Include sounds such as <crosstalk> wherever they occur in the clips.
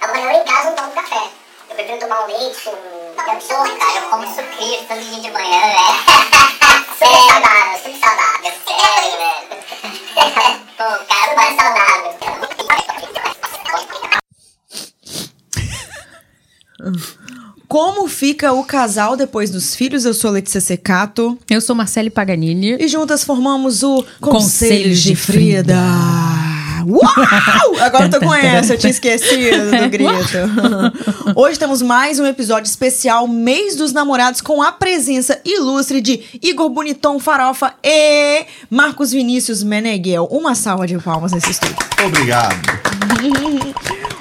É Tô tentando tomar um leite, um Não, iogurte. absurdo, cara. Eu como sucrilhos todo dia de manhã, né? <laughs> É. velho. Super saudável, super saudável. né? Sério, velho. Pô, cara, Super mas saudável. Como fica o casal depois dos filhos? Eu sou Letícia Secato. Eu sou Marcele Paganini. E juntas formamos o Conselhos, Conselhos de de Frida. Frida. Uau! Agora eu tô com Tan, tan, essa, tan, eu tinha tan. esquecido <laughs> do grito. Hoje temos mais um episódio especial Mês dos Namorados com a presença ilustre de Igor Bonitão Farofa e Marcos Vinícius Meneghel. Uma salva de palmas nesse estúdio. Obrigado.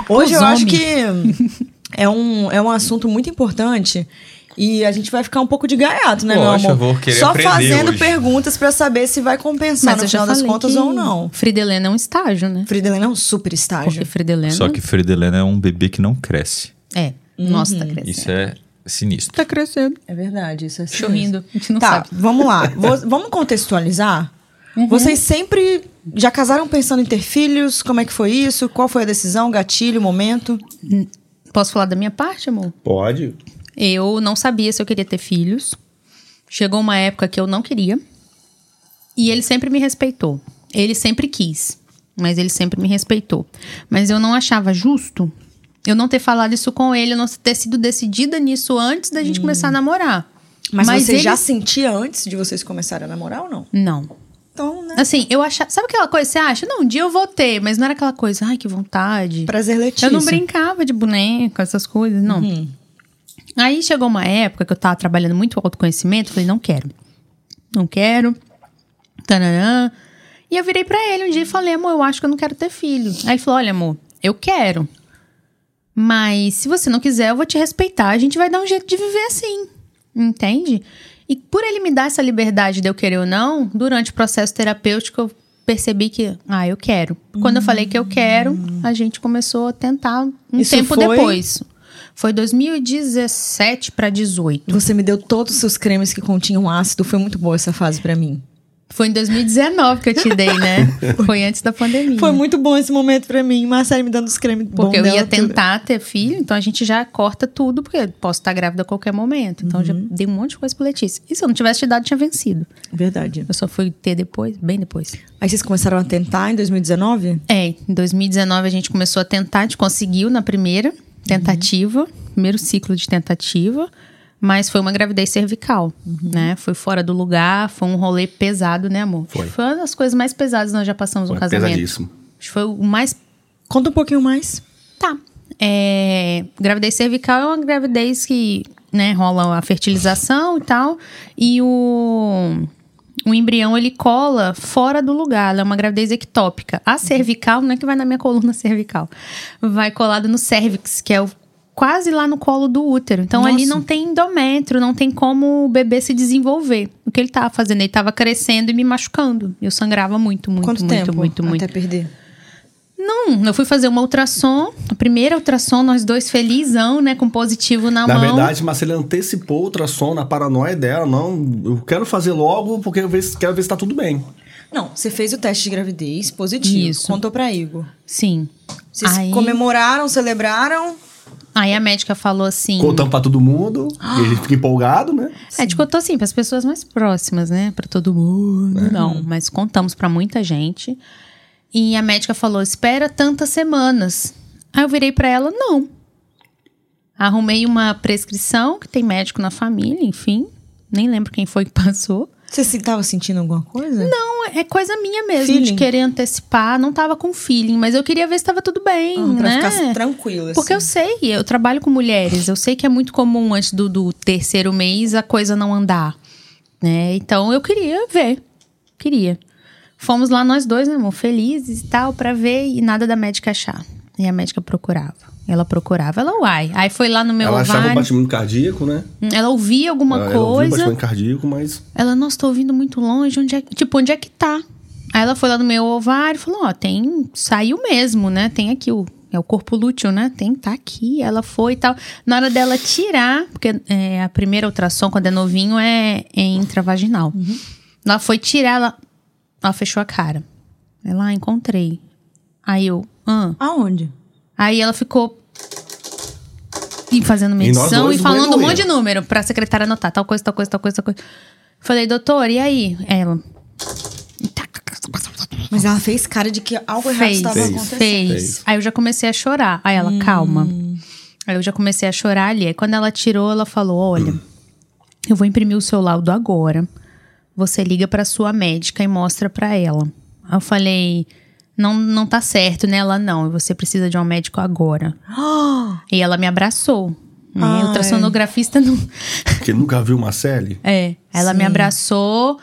Hoje Os eu acho homens. que é um, é um assunto muito importante. E a gente vai ficar um pouco de gaiato, né, Poxa, meu amor? eu vou querer Só aprender fazendo hoje. perguntas pra saber se vai compensar no eu já final das falei contas que ou não. Frida Helena é um estágio, né? Frida Helena é um super Porque estágio. Frida Helena... Só que Frida Helena é um bebê que não cresce. É. Nossa, Uhum. tá crescendo. Isso é sinistro. Tá crescendo. É verdade, isso é assim. Chorrindo. A gente não Tá, sabe. Uhum. vamos lá. Vo- vamos contextualizar? Vocês sempre já casaram pensando em ter filhos? Como é que foi isso? Qual foi a decisão, gatilho, momento? Posso falar da minha parte, amor? Pode? Eu não sabia se eu queria ter filhos. Chegou uma época que eu não queria. E ele sempre me respeitou. Ele sempre quis, mas ele sempre me respeitou. Mas eu não achava justo eu não ter falado isso com ele, eu não ter sido decidida nisso antes da gente começar a namorar. Hum. Mas, você ele- já sentia antes de vocês começarem a namorar ou não? Não. Então, né? Assim, eu achava. Sabe aquela coisa? Você acha? Não, um dia eu vou ter, mas não era aquela coisa, ai, que vontade. Prazer, Letícia. Eu não brincava de boneca, essas coisas, não. Aí chegou uma época que eu tava trabalhando muito o autoconhecimento, falei, não quero. Não quero. Tananã. E eu virei pra ele um dia e falei, amor, eu acho que eu não quero ter filho. Aí ele falou, olha, amor, eu quero. Mas se você não quiser, eu vou te respeitar. A gente vai dar um jeito de viver assim. Entende? E por ele me dar essa liberdade de eu querer ou não, durante o processo terapêutico eu percebi que, ah, eu quero. Quando eu falei que eu quero, a gente começou a tentar um Isso tempo foi- depois. Foi 2017 pra 18. Você me deu todos os seus cremes que continham ácido. Foi muito boa essa fase pra mim. Foi em 2019 que eu te dei, <laughs> né? Foi antes da pandemia. Foi muito bom esse momento pra mim. Marcelo me dando os cremes bons Porque eu dela, ia tudo. tentar ter filho, então a gente já corta tudo, porque eu posso estar grávida a qualquer momento. Então eu já dei um monte de coisa pra Letícia. E se eu não tivesse te dado, tinha vencido. Verdade. Eu só fui ter depois, bem depois. Aí vocês começaram a tentar em 2019? É, em 2019 a gente começou a tentar, a gente conseguiu na primeira tentativa, primeiro ciclo de tentativa, mas foi uma gravidez cervical, né? Foi fora do lugar, foi um rolê pesado, né, amor? Foi. Foi uma das coisas mais pesadas que nós já passamos no Foi casamento. pesadíssimo. Acho que Foi o mais Conta um pouquinho mais. Tá. É, gravidez cervical é uma gravidez que né, rola a fertilização e tal. E o, o embrião ele cola fora do lugar. Ela é uma gravidez ectópica. A cervical, não é que vai na minha coluna <laughs> cervical, vai colada no cervix, que é o- Quase lá no colo do útero. Então, ali Nossa. não tem endométrio, não tem como o bebê se desenvolver. O que ele tava fazendo? Ele tava crescendo e me machucando. Eu sangrava muito, muito, Quanto muito, tempo? muito, muito. Até perder. Não, eu fui fazer uma ultrassom. A primeira ultrassom, nós dois felizão, né? Com positivo na, Na mão. verdade, Marcela antecipou o ultrassom na paranoia dela. Não, eu quero fazer logo porque eu ver se- quero ver se tá tudo bem. Não, você fez o teste de gravidez positivo. Isso. Contou pra Igor. Sim. Vocês Aí- comemoraram, celebraram. Aí a médica falou assim. Contamos pra todo mundo. E a gente fica empolgado, né? É, de contou assim, para as pessoas mais próximas, né? Para todo mundo, não. Mas contamos para muita gente. E a médica falou: espera tantas semanas. Aí eu virei para ela: não. Arrumei uma prescrição, que tem médico na família, enfim. Nem lembro quem foi que passou. Você se tava sentindo alguma coisa? Não. é coisa minha mesmo Feeling. de querer antecipar. Não tava com feeling, mas eu queria ver se tava tudo bem, Ah, pra né? ficar tranquila. assim. Porque eu sei, eu trabalho com mulheres, eu sei que é muito comum antes do, do terceiro mês a coisa não andar, né? Então eu queria ver, queria. Fomos lá nós dois, né, amor, felizes e tal, pra ver e nada da médica achar. E a médica procurava. Ela procurava, ela uai. Aí foi lá no meu Ela achava o ovário, batimento cardíaco, né? ela ouvia alguma ela, um coisa. ela ouviu o batimento cardíaco, mas Ela, nossa, tô ouvindo muito longe, onde é que. Tipo, onde é que tá? Aí ela foi lá no meu ovário e falou: ó, tem. Saiu mesmo, né? Tem aqui o. É o corpo lúteo, né? Tem, tá aqui. Ela foi e tal. Na hora dela tirar, porque é, a primeira ultrassom, quando é novinho, é, é intravaginal. Ela foi tirar, ela. Ela fechou a cara. Ela, ah, encontrei. Aí eu, ah. Aonde? Aí ela ficou. e fazendo E nós medição e, dois falando um doendo. monte de número pra secretária anotar, tal coisa, tal coisa, tal coisa, tal coisa. Falei, doutor, e aí? Ela. "Tá, Mas ela fez cara de que algo errado Fez, estava fez, acontecendo. Fez. Aí eu já comecei a chorar. Aí ela, calma. Aí eu já comecei a chorar ali. Aí quando ela tirou, ela falou: olha, eu vou imprimir o seu laudo agora. Você liga pra sua médica e mostra pra ela. Aí eu falei. Não, não tá certo, né? Ela, não. Você precisa de um médico agora. Ah, E ela me abraçou. Né? Ai. Ultrassonografista não. <laughs> Porque nunca viu uma série? É. Ela me abraçou.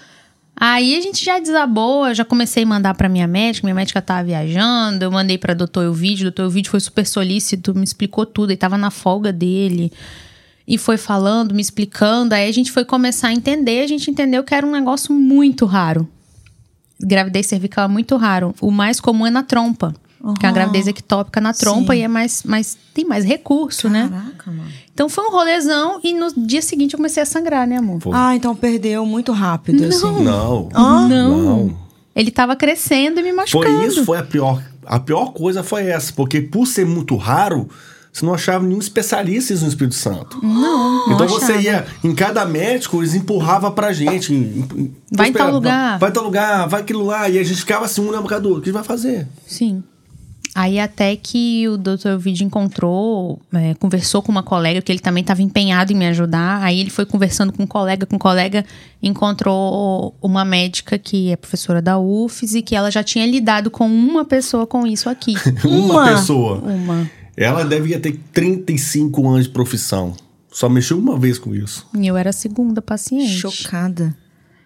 Aí a gente já desabou, eu já comecei a mandar pra minha médica, minha médica tava viajando, eu mandei pra doutor Elvídio, doutor Elvídio foi super solícito, me explicou tudo, ele tava na folga dele. E foi falando, me explicando, aí a gente foi começar a entender, a gente entendeu que era um negócio muito raro. Gravidez cervical é muito raro. O mais comum é na trompa. Que é uma Uhum. gravidez ectópica na trompa e é mais, mais tem mais recurso, né? caraca, mano. Então foi um rolezão e no dia seguinte eu comecei a sangrar, né, amor? Pô. Ah, então perdeu muito rápido, Hum. assim. Não. Ah? Não. Ele tava crescendo e me machucando. Foi isso, foi a pior. A pior coisa foi essa, porque por ser muito raro, você não achava nenhum especialista no Espírito Santo. Não, não então achava. você ia em cada médico, eles empurravam pra gente. em- em- Vai em espera, tal lugar. Vai em tal lugar, vai aquilo lá. E a gente ficava assim, um na boca do outro. O que a gente vai fazer? Sim. Aí até que o doutor Vide encontrou, é, conversou com uma colega, que ele também estava empenhado em me ajudar. Aí ele foi conversando com um colega, com um colega, encontrou uma médica que é professora da UFES e que ela já tinha lidado com uma pessoa com isso aqui. <laughs> Uma, Uma. pessoa. uma. Ela devia ter 35 anos de profissão. Só mexeu uma vez com isso. E eu era a segunda paciente. Chocada.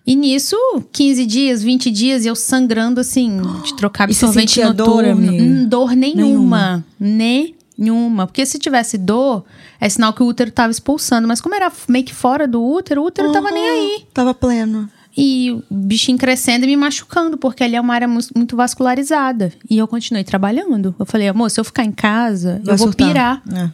E nisso, 15 dias, 20 dias, eu sangrando assim, de trocar E você absorvente sentia dor, noturno. amiga? Hum, dor nenhuma. Nenhuma. Porque se tivesse dor, é sinal que o útero tava expulsando. Mas como era meio que fora do útero, o útero tava nem aí. Tava pleno. E o bichinho crescendo e me machucando, porque ali é uma área mu- muito vascularizada. E eu continuei trabalhando. Eu falei, amor, se eu ficar em casa, Vai eu vou surtar. pirar. É.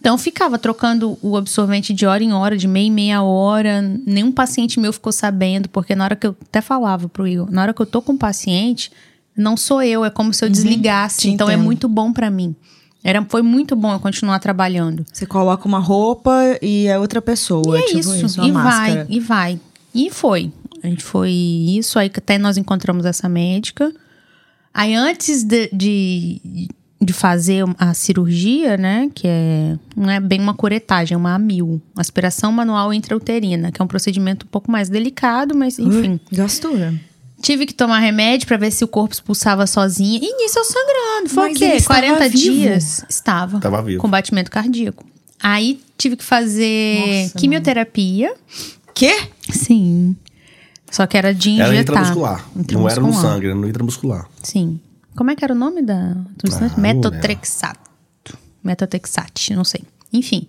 Então eu ficava trocando o absorvente de hora em hora, de meia em meia hora. Nenhum paciente meu ficou sabendo, porque na hora que eu até falava pro Igor, na hora que eu tô com o paciente, não sou eu, é como se eu desligasse. Uhum. te Então é entendo. muito bom pra mim. Era, foi muito bom eu continuar trabalhando. Você coloca uma roupa e é outra pessoa. E é tipo isso, uma e máscara. vai, e vai. E foi. A gente foi isso, aí que até nós encontramos essa médica. Aí antes de, de, de fazer a cirurgia, né, que é, não é bem uma curetagem, é uma amil, aspiração manual intrauterina, que é um procedimento um pouco mais delicado, mas enfim. Ui, gastura. Tive que tomar remédio pra ver se o corpo expulsava sozinha. E nisso eu sangrando. Foi Mas o quê? ele estava 40 vivo? dias? Estava. Tava vivo. Com batimento cardíaco. Aí tive que fazer Nossa, quimioterapia. Quê? Sim. Só que era de injetar. Era intramuscular. Não era no Intramuscular. sangue, era no intramuscular. Sim. Como é que era o nome da do substância? não lembro. Metotrexato. Metotrexate, não sei. Enfim.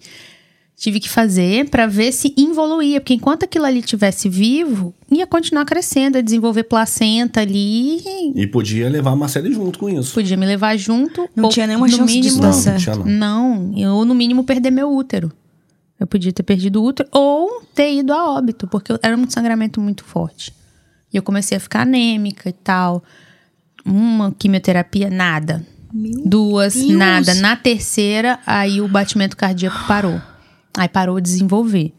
Tive que fazer pra ver se involuía, porque enquanto aquilo ali tivesse vivo, ia continuar crescendo, ia desenvolver placenta ali, e E podia levar uma série junto com isso. podia me levar junto. Não ou, tinha nenhuma no chance de mínimo, não, dar não certo. tinha não. não, eu no mínimo perder meu útero. Eu podia ter perdido o útero ou ter ido a óbito, porque eu- era um sangramento muito forte. E eu comecei a ficar anêmica e tal. Uma quimioterapia, nada. Duas, Deus. nada. Na terceira, aí o batimento cardíaco parou. Aí parou de desenvolver.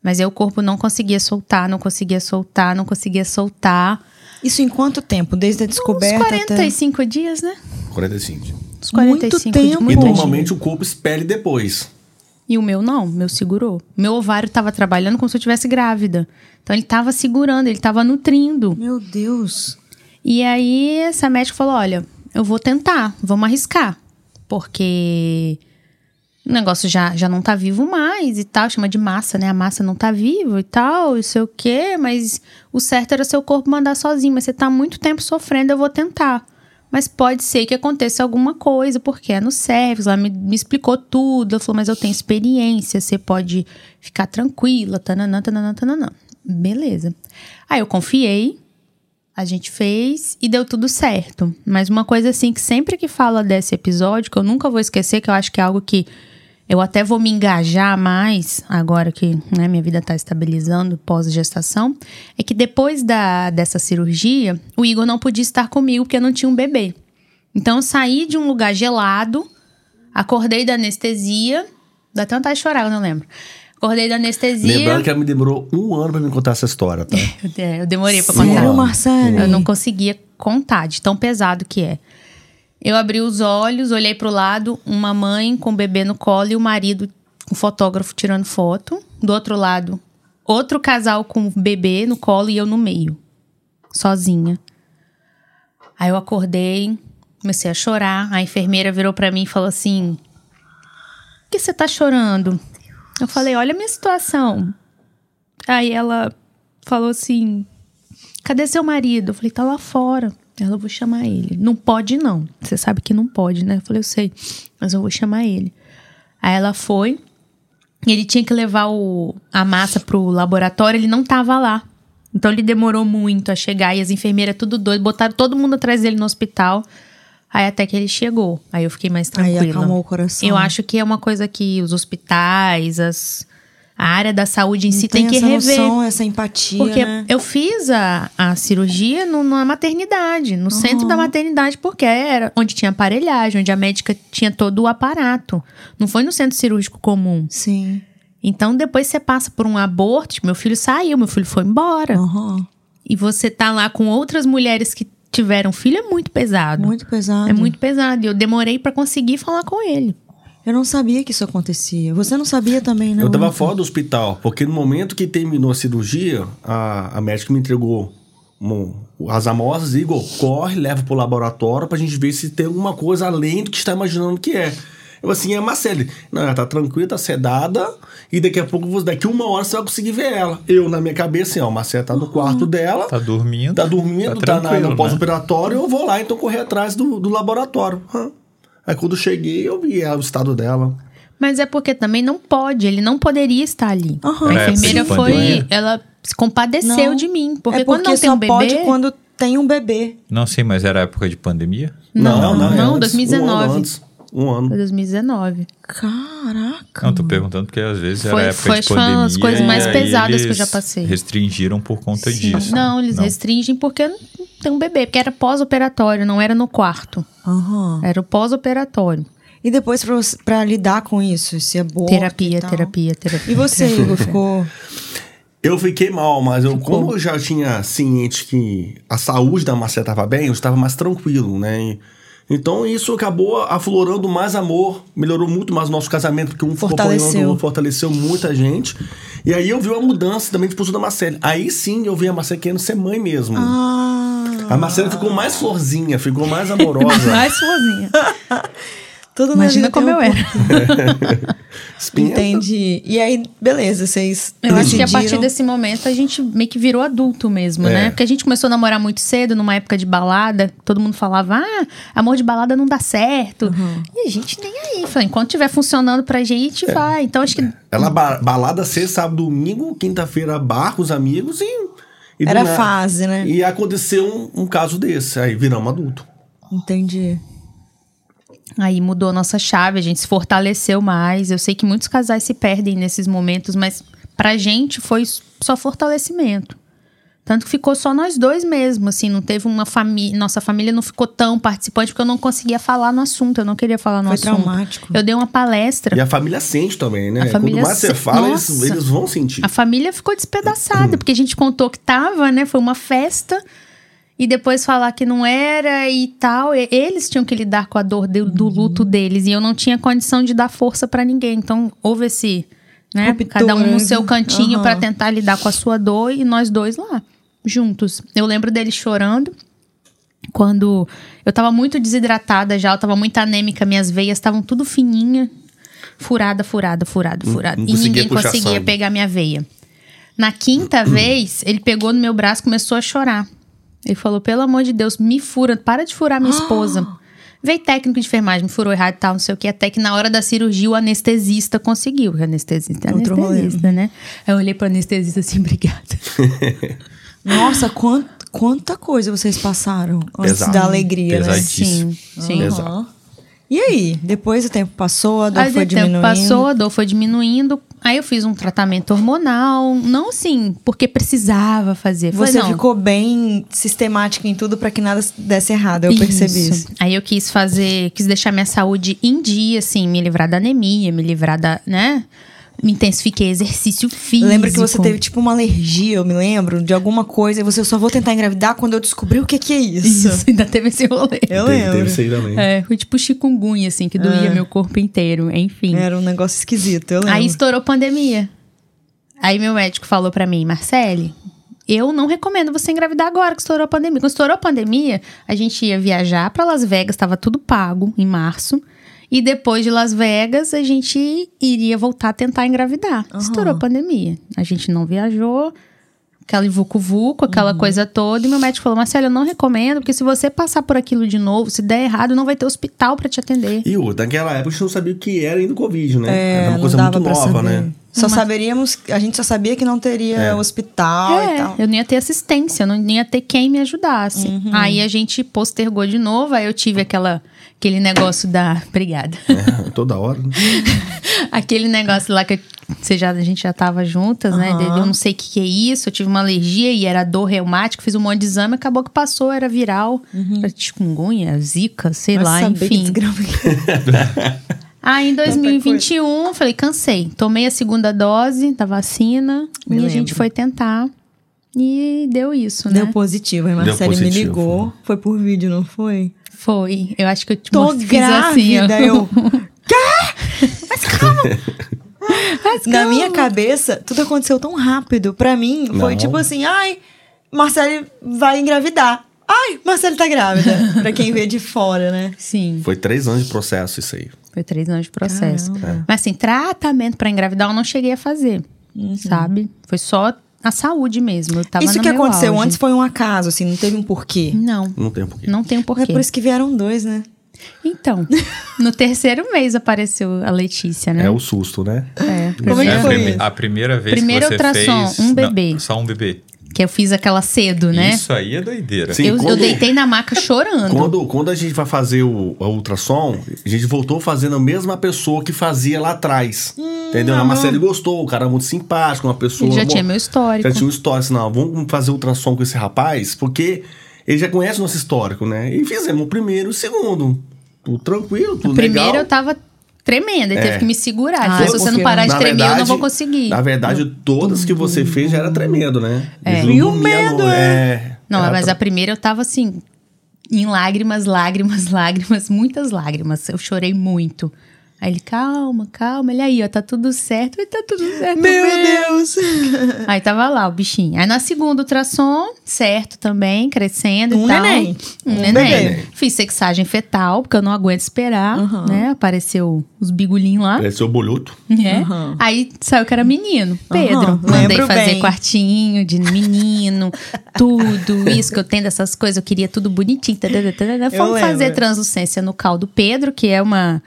Mas aí o corpo não conseguia soltar, não conseguia soltar, não conseguia soltar. Isso em quanto tempo? Desde a descoberta Uns até... 45 dias, né? 45. Uns Muito 45 tempo. de- e muito normalmente o corpo espere depois. E o meu não, o meu segurou. Meu ovário tava trabalhando como se eu tivesse grávida. Então ele tava segurando, ele tava nutrindo. Meu Deus. E aí essa médica falou: "Olha, eu vou tentar, vamos arriscar, porque o negócio já, já não tá vivo mais e tal, chama de massa, né? A massa não tá viva e tal, e sei o quê, mas o certo era seu corpo mandar sozinho, mas você tá muito tempo sofrendo, eu vou tentar. Mas pode ser que aconteça alguma coisa, porque é no serviço, ela me, me explicou tudo, ela falou, mas eu tenho experiência, você pode ficar tranquila, tananã, tananã, tananã. Beleza. Aí eu confiei, a gente fez e deu tudo certo. Mas uma coisa assim que sempre que fala desse episódio, que eu nunca vou esquecer, que eu acho que é algo que eu até vou me engajar mais agora que né, minha vida tá estabilizando pós-gestação, é que depois da, dessa cirurgia, o Igor não podia estar comigo porque eu não tinha um bebê. Então eu saí de um lugar gelado, acordei da anestesia, Dá até vontade de chorar, eu não lembro. Acordei da anestesia. Lembrando que ela me demorou um ano pra me contar essa história, tá? É, eu demorei pra contar. Sério, Marcelo? Eu não conseguia contar de tão pesado que é. Eu abri os olhos, olhei pro lado, uma mãe com o bebê no colo e o marido, um fotógrafo, tirando foto. Do outro lado, outro casal com o bebê no colo e eu no meio, sozinha. Aí eu acordei, comecei a chorar. A enfermeira virou pra mim e falou assim: Por que você tá chorando? Eu falei: Olha a minha situação. Aí ela falou assim: Cadê seu marido? Eu falei, tá lá fora. Ela, eu vou chamar ele. Não pode, não. Você sabe que não pode, né? Eu falei, eu sei, mas eu vou chamar ele. Aí ela foi. Ele tinha que levar o, a massa pro laboratório, ele não tava lá. Então ele demorou muito a chegar e as enfermeiras tudo doido, botaram todo mundo atrás dele no hospital. Aí até que ele chegou. Aí eu fiquei mais Aí tranquila. acalmou o coração. Eu acho que é uma coisa que os hospitais, as, a área da saúde em si tem, que essa rever. noção, essa empatia, Porque né? eu fiz a, a cirurgia no, na maternidade, no centro Uhum. da maternidade, porque era onde tinha aparelhagem, onde a médica tinha todo o aparato. Não foi no centro cirúrgico comum. Sim. Então, depois você passa por um aborto, tipo, meu filho saiu, meu filho foi embora. Aham. E você tá lá com outras mulheres que tiveram filho, é muito pesado. Muito pesado. É muito pesado. E eu demorei pra conseguir falar com ele. Eu não sabia que isso acontecia. Você não sabia também, né, não? Eu tava fora do hospital, porque no momento que terminou a cirurgia, a, a médica me entregou um- as amostras, Igor, corre, leva pro laboratório pra gente ver se tem alguma coisa além do que está imaginando que é. Eu assim, é a Marcele. Não, ela tá tranquila, tá sedada, e daqui a pouco, você- daqui uma hora você vai conseguir ver ela. Eu, na minha cabeça, assim, ó, Marcela tá no quarto dela, Tá dormindo. Tá dormindo, tá, Tá na- tranquilo, no né? pós-operatório, eu vou lá então correr atrás do, do laboratório. Hã? Aí quando eu cheguei, eu vi ela, o estado dela. Mas é porque também não pode, ele não poderia estar ali. Aham. A É, enfermeira sim, foi. pandemia. Ela se compadeceu Não. de mim. Porque, é porque quando não tem só um bebê. pode quando tem um bebê. Não sei, mas era época de pandemia? Não, não, é antes, 2019. Um ano antes. Um Foi ano. 2019. Caraca. Não, tô perguntando porque às vezes Hum. Foi- era época foi- de foi uma pandemia. das coisas e mais aí pesadas que eu eles já passei. Restringiram por conta disso. Não, eles restringem porque não tem um bebê. Porque era pós-operatório, não era no quarto. Aham. Era o pós-operatório. E depois pra, você- pra lidar com isso, se é boa. Terapia, terapia, terapia. E você, Igor, ficou. Eu fiquei mal, mas eu, como eu já tinha ciente que a saúde da Marcela estava bem, eu estava mais tranquilo, né? E- então isso acabou aflorando mais amor, melhorou muito mais o nosso casamento, porque um ficou Fortaleceu. apoiando, o outro fortaleceu muita gente. E aí eu vi uma mudança também de postura da Marcela. Aí sim eu vi a Marcela querendo ser mãe mesmo. Ah. A Marcela ficou mais florzinha, ficou mais <laughs> amorosa. <laughs> Mais sozinha. Tudo na Imagina vida tem como um eu pouco. era. Espinha. Entendi. E aí, beleza, vocês. Eu acho que a partir decidiram- desse momento a gente meio que virou adulto mesmo, É. né? Porque a gente começou a namorar muito cedo, numa época de balada. Todo mundo falava, ah, amor de balada não dá certo. Uhum. E a gente nem aí. Falei, enquanto estiver funcionando pra gente, É. vai. Então acho que Ela ba- balada sexta, sábado, domingo, quinta-feira, bar com os amigos e. e do Era nada- fase, né? E aconteceu um, um caso desse. Aí viramos adulto. Entendi. Aí mudou a nossa chave, a gente se fortaleceu mais. Eu sei que muitos casais se perdem nesses momentos, mas pra gente foi só fortalecimento. Tanto que ficou só nós dois mesmo, assim, não teve uma família. Nossa família não ficou tão participante porque eu não conseguia falar no assunto, eu não queria falar no Foi assunto. traumático. Eu dei uma palestra. E a família sente também, A né? Quanto família mais você se- fala, eles, Nossa. eles vão sentir. A família ficou despedaçada, porque a gente contou que tava, né? Foi uma festa. E depois falar que não era e tal. E- Eles tinham que lidar com a dor de- Uhum. do luto deles. E eu não tinha condição de dar força pra ninguém. Então, houve esse. Né? Ruptura, Cada um no seu né? cantinho Aham. pra tentar lidar com a sua dor e nós dois lá, juntos. Eu lembro dele chorando quando eu tava muito desidratada já, eu tava muito anêmica, minhas veias estavam tudo fininha, furada, furada, furada, furada. não e conseguia ninguém puxar conseguia sangue. pegar minha veia. Na <clears throat> quinta vez, ele pegou no meu braço e começou a chorar. Ele falou: pelo amor de Deus, me fura, para de furar <gasps> minha esposa. Veio técnico de enfermagem, me furou errado e tal, não sei o que. Até que na hora da cirurgia o anestesista conseguiu. porque Anestesista, é Outro rolê. anestesista, né? Aí eu olhei pro anestesista assim, <laughs> obrigada. Nossa, quant- quanta coisa vocês passaram antes Pesado. da alegria, né? Pesadíssimo. Sim, sim. Exato. Aham. E aí? Depois o tempo passou, a dor Aí foi o tempo diminuindo. passou, a dor foi diminuindo. Aí eu fiz um tratamento hormonal. Não assim, porque precisava fazer. Falei, Você não, ficou bem sistemática em tudo pra que nada desse errado. Eu percebi isso. Aí eu quis fazer, quis deixar minha saúde em dia, assim, me livrar da anemia, me livrar da, né? Me intensifiquei exercício físico. Lembra que você teve tipo uma alergia, eu me lembro, de alguma coisa, e você eu só vou tentar engravidar quando eu descobrir o que que é isso. <laughs> isso. Ainda teve esse rolê. Eu Ah. Teve- lembro. Teve isso aí também. É, foi tipo chikungunya, assim, que doía meu corpo inteiro, enfim. Era um negócio esquisito, eu lembro. Aí estourou pandemia. Aí meu médico falou pra mim, Marcele, eu não recomendo você engravidar agora que estourou a pandemia. Quando estourou a pandemia, a gente ia viajar pra Las Vegas, tava tudo pago em março. E depois de Las Vegas, a gente iria voltar a tentar engravidar. Estourou a pandemia. A gente não viajou. Aquela vucu-vucu, Uhum. aquela coisa toda. E meu médico falou, Marcelo, eu não recomendo, porque se você passar por aquilo de novo, se der errado, não vai ter hospital pra te atender. E outra, naquela época a gente não sabia o que era ainda o Covid, né? É, era uma não coisa dava muito pra nova, saber. né? É. Só saberíamos, a gente só sabia que não teria hospital e tal. É, Uhum. eu não ia ter assistência, eu não ia ter quem me ajudasse. Aí a gente postergou de novo, aí eu tive aquela, aquele negócio da. <laughs> Obrigada. É, toda hora. né? aquele negócio lá que eu- você já, a gente já tava juntas, né? Aham. Dele, Eu não sei o que, que é isso, eu tive uma alergia e era dor reumática, fiz um monte de exame, acabou que passou, era viral, era chikungunya, zika, sei Uhum. Vai lá, saber que enfim. desgrama que é. Aí em 2021, falei, cansei. Tomei a segunda dose da vacina Me e a lembro. gente foi tentar. E deu isso, né? Deu positivo, aí Marcele me positivo. ligou. Foi por vídeo, não foi? Foi. Eu acho que eu te Tô mostro- grávida, assim, ó. eu. Na minha cabeça, tudo aconteceu tão rápido. Pra mim, foi Não. tipo assim, ai, Marcele vai engravidar. Ai, Marcele tá grávida. pra quem vê de fora, né? <laughs> Sim, Foi três anos de processo isso aí. foi três anos de processo. Caramba. Mas assim, tratamento pra engravidar eu não cheguei a fazer, sabe? Foi só a saúde mesmo. Eu tava Uhum. isso no que meu aconteceu auge. antes foi um acaso, assim, não teve um porquê. Não, Não tem um pouquinho. não tem um É porquê. por isso que vieram dois, né? Então, <laughs> no terceiro mês apareceu a Letícia, né? É o susto, né? É, Como é que a, foi prime- isso? a primeira vez Primeiro que você ultrassom, fez... um Não, bebê. só um bebê. que eu fiz aquela cedo, né? Isso aí é doideira. Sim. eu, eu quando- deitei na <laughs> maca chorando. Quando, quando a gente vai fazer o, a ultrassom, a gente voltou fazendo a mesma pessoa que fazia lá atrás. entendeu? A Marcele gostou, o cara é muito simpático, uma pessoa. Hum, Ele já mo- tinha meu histórico. Já tinha um histórico. assim, Não, vamos fazer ultrassom com esse rapaz, porque ele já conhece o nosso histórico, né? E fizemos o primeiro e o segundo. Tudo tranquilo, tudo legal. Primeiro eu tava tremenda, ele É. teve que me segurar. Ah, Ele falou, se você não porque- parar de Na tremer, eu não verdade- vou conseguir. Na verdade, todas que você fez já era tremendo, né? É. Eu não E o dormia à medo, é? noite. É, Não, era mas tre- a primeira eu tava assim, em lágrimas, lágrimas, <laughs> lágrimas, muitas lágrimas. Eu chorei muito. Aí ele, calma, calma. Ele aí, ó, tá tudo certo. Ele tá tudo certo. mesmo." Deus! Aí tava lá o bichinho. Aí na segunda ultrassom, certo também, crescendo Um e tal. neném. Um Um neném. bebê. Fiz sexagem fetal, porque eu não aguento esperar, Aham. né? Apareceu os bigulinhos lá. Parecia o É, bolhuto. né? Aham. Aí saiu que era menino. Pedro. Aham, Mandei lembro fazer bem. quartinho de <laughs> menino, tudo isso que eu tenho dessas coisas, eu queria tudo bonitinho. tadã, tadã, tadã. Eu Fomos lembro. fazer translucência no caldo Pedro, que é uma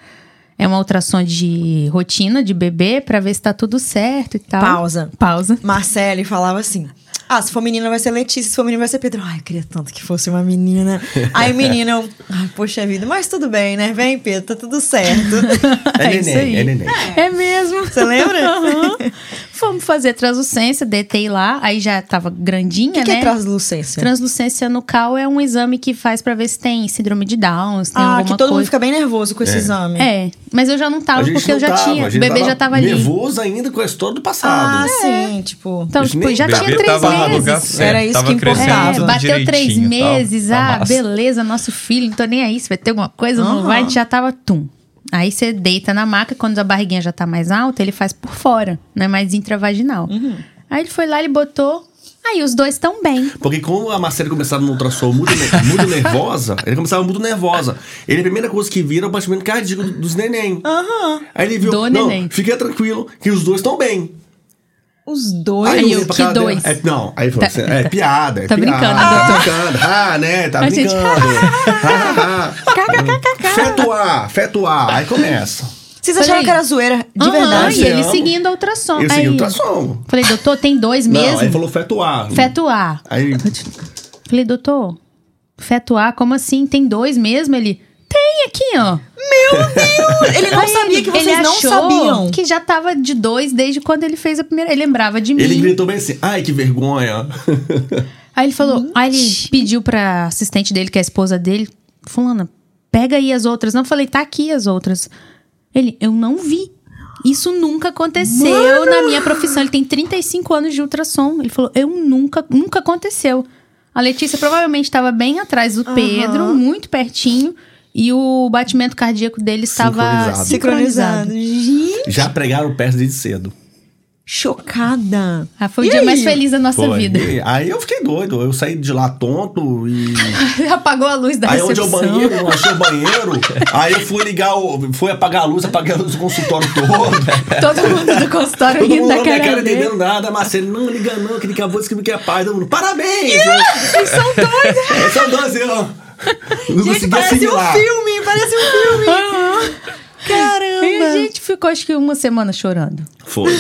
é uma ultrassom de rotina de bebê pra ver se tá tudo certo e tal. Pausa. Pausa. Marcele falava assim. Ah, se for menina vai ser Letícia, se for menino vai ser Pedro. Ai, eu queria tanto que fosse uma menina. Aí, menina, eu. Ai, poxa vida, mas tudo bem, né? Vem, Pedro, tá tudo certo. <laughs> É, É isso aí. neném, é neném. É mesmo. Você lembra? <laughs> Aham. Fomos fazer translucência, deitei lá, aí já tava grandinha, O que, que né? é translucência? Translucência nucal é um exame que faz pra ver se tem síndrome de Down, se tem ah, alguma que todo coisa. mundo fica bem nervoso com esse exame. É, mas eu já não A tava gente porque não eu já tava, tinha. a O gente bebê já tava ali. Nervoso ainda com a história do Ah, passado. sim, tipo. Então, Eles tipo, nem- já o bebê tinha três tava no meses. lugar certo, Era isso tava que crescendo importava. tudo É, bateu três direitinho e tal. meses, Tá ah, massa. beleza, nosso filho, não tô nem aí, se vai ter alguma coisa, não Aham. vai, já tava tum. Aí você deita na maca, quando a barriguinha já tá mais alta, ele faz por fora, não é mais intravaginal. Uhum. Aí ele foi lá, ele botou, aí os dois estão bem. Porque como a Marcela começava no ultrassom muito, ne- muito nervosa, ele começava muito nervosa. Ele, a primeira coisa que vira é o batimento cardíaco do- dos neném. Aham. Aí ele viu, Do não, neném. fica tranquilo, que os dois estão bem. Os dois. Aí Aí eu eu, olhei pra que cara dela, dois? é, não, aí falou, assim, é piada, é Tá piada. brincando, tá brincando. Ah, né, tá A gente, brincando. <laughs> Ah, ah. feto A, feto A. Aí começa. Vocês acharam Falei. que era zoeira, de Aham, verdade. e ele amo. seguindo a ultrassom. aí, Eu segui o ultrassom. Falei, doutor, tem dois Não, aí mesmo? falou feto A. Feto A. Aí, Falei, doutor, feto A, como assim? Tem dois mesmo? Ele, Tem aqui, ó. Ele não Aí sabia que vocês ele não achou sabiam. Que já tava de dois desde quando ele fez a primeira. Ele lembrava de Ele mim. gritou bem assim, ai, que vergonha. Aí ele falou, aí ele pediu pra assistente dele, que é a esposa dele, fulana, pega aí as outras. Não, eu falei, tá aqui as outras. Ele, eu não vi. Isso nunca aconteceu na minha profissão. Ele tem 35 anos de ultrassom. Ele falou, eu nunca, nunca aconteceu. A Letícia provavelmente estava bem atrás do Pedro, muito pertinho, e o batimento cardíaco dele estava sincronizado. Sincronizado. Gente, Já pregaram peça desde cedo. chocada. Ah, foi o E dia aí? mais feliz da nossa Foi. vida. <laughs> E aí eu fiquei doido, eu saí de lá tonto e... Apagou a luz da Aí onde é recepção. o banheiro, não achei o banheiro. aí eu fui ligar, o, fui apagar a luz, apaguei a luz do consultório todo. Todo mundo do consultório Todo rindo mundo da na minha cara cara dele. entendendo nada, Marcelo, não liga não, que ele acabou de escrever que é paz. Todo mundo, parabéns! Vocês são doidos! <laughs> É só dois, eu não Gente, consegui parece um assimilar. filme, parece um filme. E a Caramba. gente ficou, acho que, uma semana chorando. <laughs> Foi.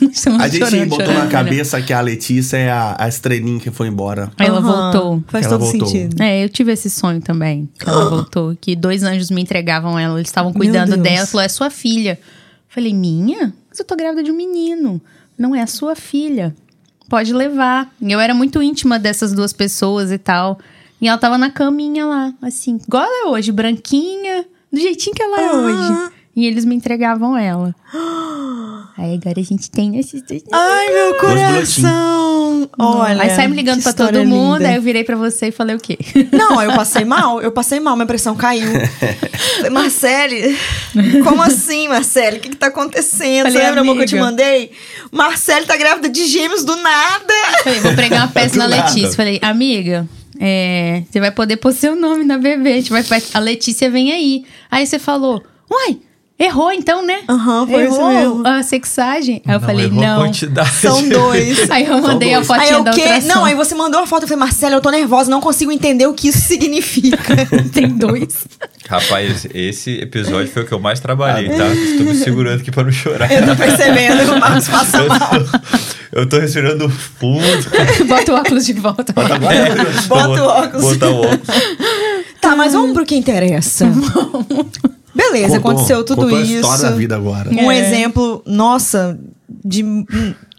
Uma semana A gente chorando, botou chorando, na cabeça que a Letícia é a, a estrelinha que foi embora. Aí ela Aham, voltou. Faz Ela todo voltou. sentido. É, eu tive esse sonho também. que Ela voltou, que dois anjos me entregavam ela, eles estavam Ah. Meu cuidando Deus. dela. Falou, é sua filha. Eu Falei, minha? Mas eu tô grávida de um menino. Não é a sua filha. Pode levar. E Eu era muito íntima dessas duas pessoas e tal. E ela tava na caminha lá, assim, igual ela é hoje, branquinha, do jeitinho que ela é Aham. hoje. E eles me entregavam ela. Aí agora a gente tem esses dois. Ai, meu coração. Ah, Olha. aí sai me ligando que pra todo história mundo, linda. aí eu virei pra você e falei o quê? <laughs> <laughs> Não, eu passei mal, eu passei mal, minha pressão <laughs> caiu. Falei, Marcele, como assim, Marcele? O que, que tá acontecendo? Você Falei, lembra amor, que eu te amiga. mandei? Marcele tá grávida de gêmeos do nada. <laughs> Falei, vou pregar uma peça Do na nada. Letícia. Falei, amiga, é, você vai poder pôr seu nome na bebê. A, gente vai, fa- a Letícia vem aí. Aí você falou, uai, errou então, né? Aham, foi isso errou mesmo. a sexagem. Aí eu falei, errou a não. Quantidade. São dois. Aí eu mandei a dois. Aí fotinha eu da que? ultrassom. Não, aí você mandou a foto, eu falei, Marcela, eu tô nervosa, não consigo entender o que isso <laughs> significa. Tem <laughs> dois. Rapaz, esse episódio foi o que eu mais trabalhei, <laughs> tá? Estou me segurando aqui pra não chorar. Eu tô percebendo, o <laughs> Marcos passa Eu mal. tô, <laughs> eu tô respirando fundo. Bota o óculos de volta. É, Bota o óculos. Botar o óculos. Tá, mas vamos pro que <laughs> interessa. Beleza, Contou- aconteceu tudo contou isso. a história da vida agora. Um É. exemplo, nossa, de. hum,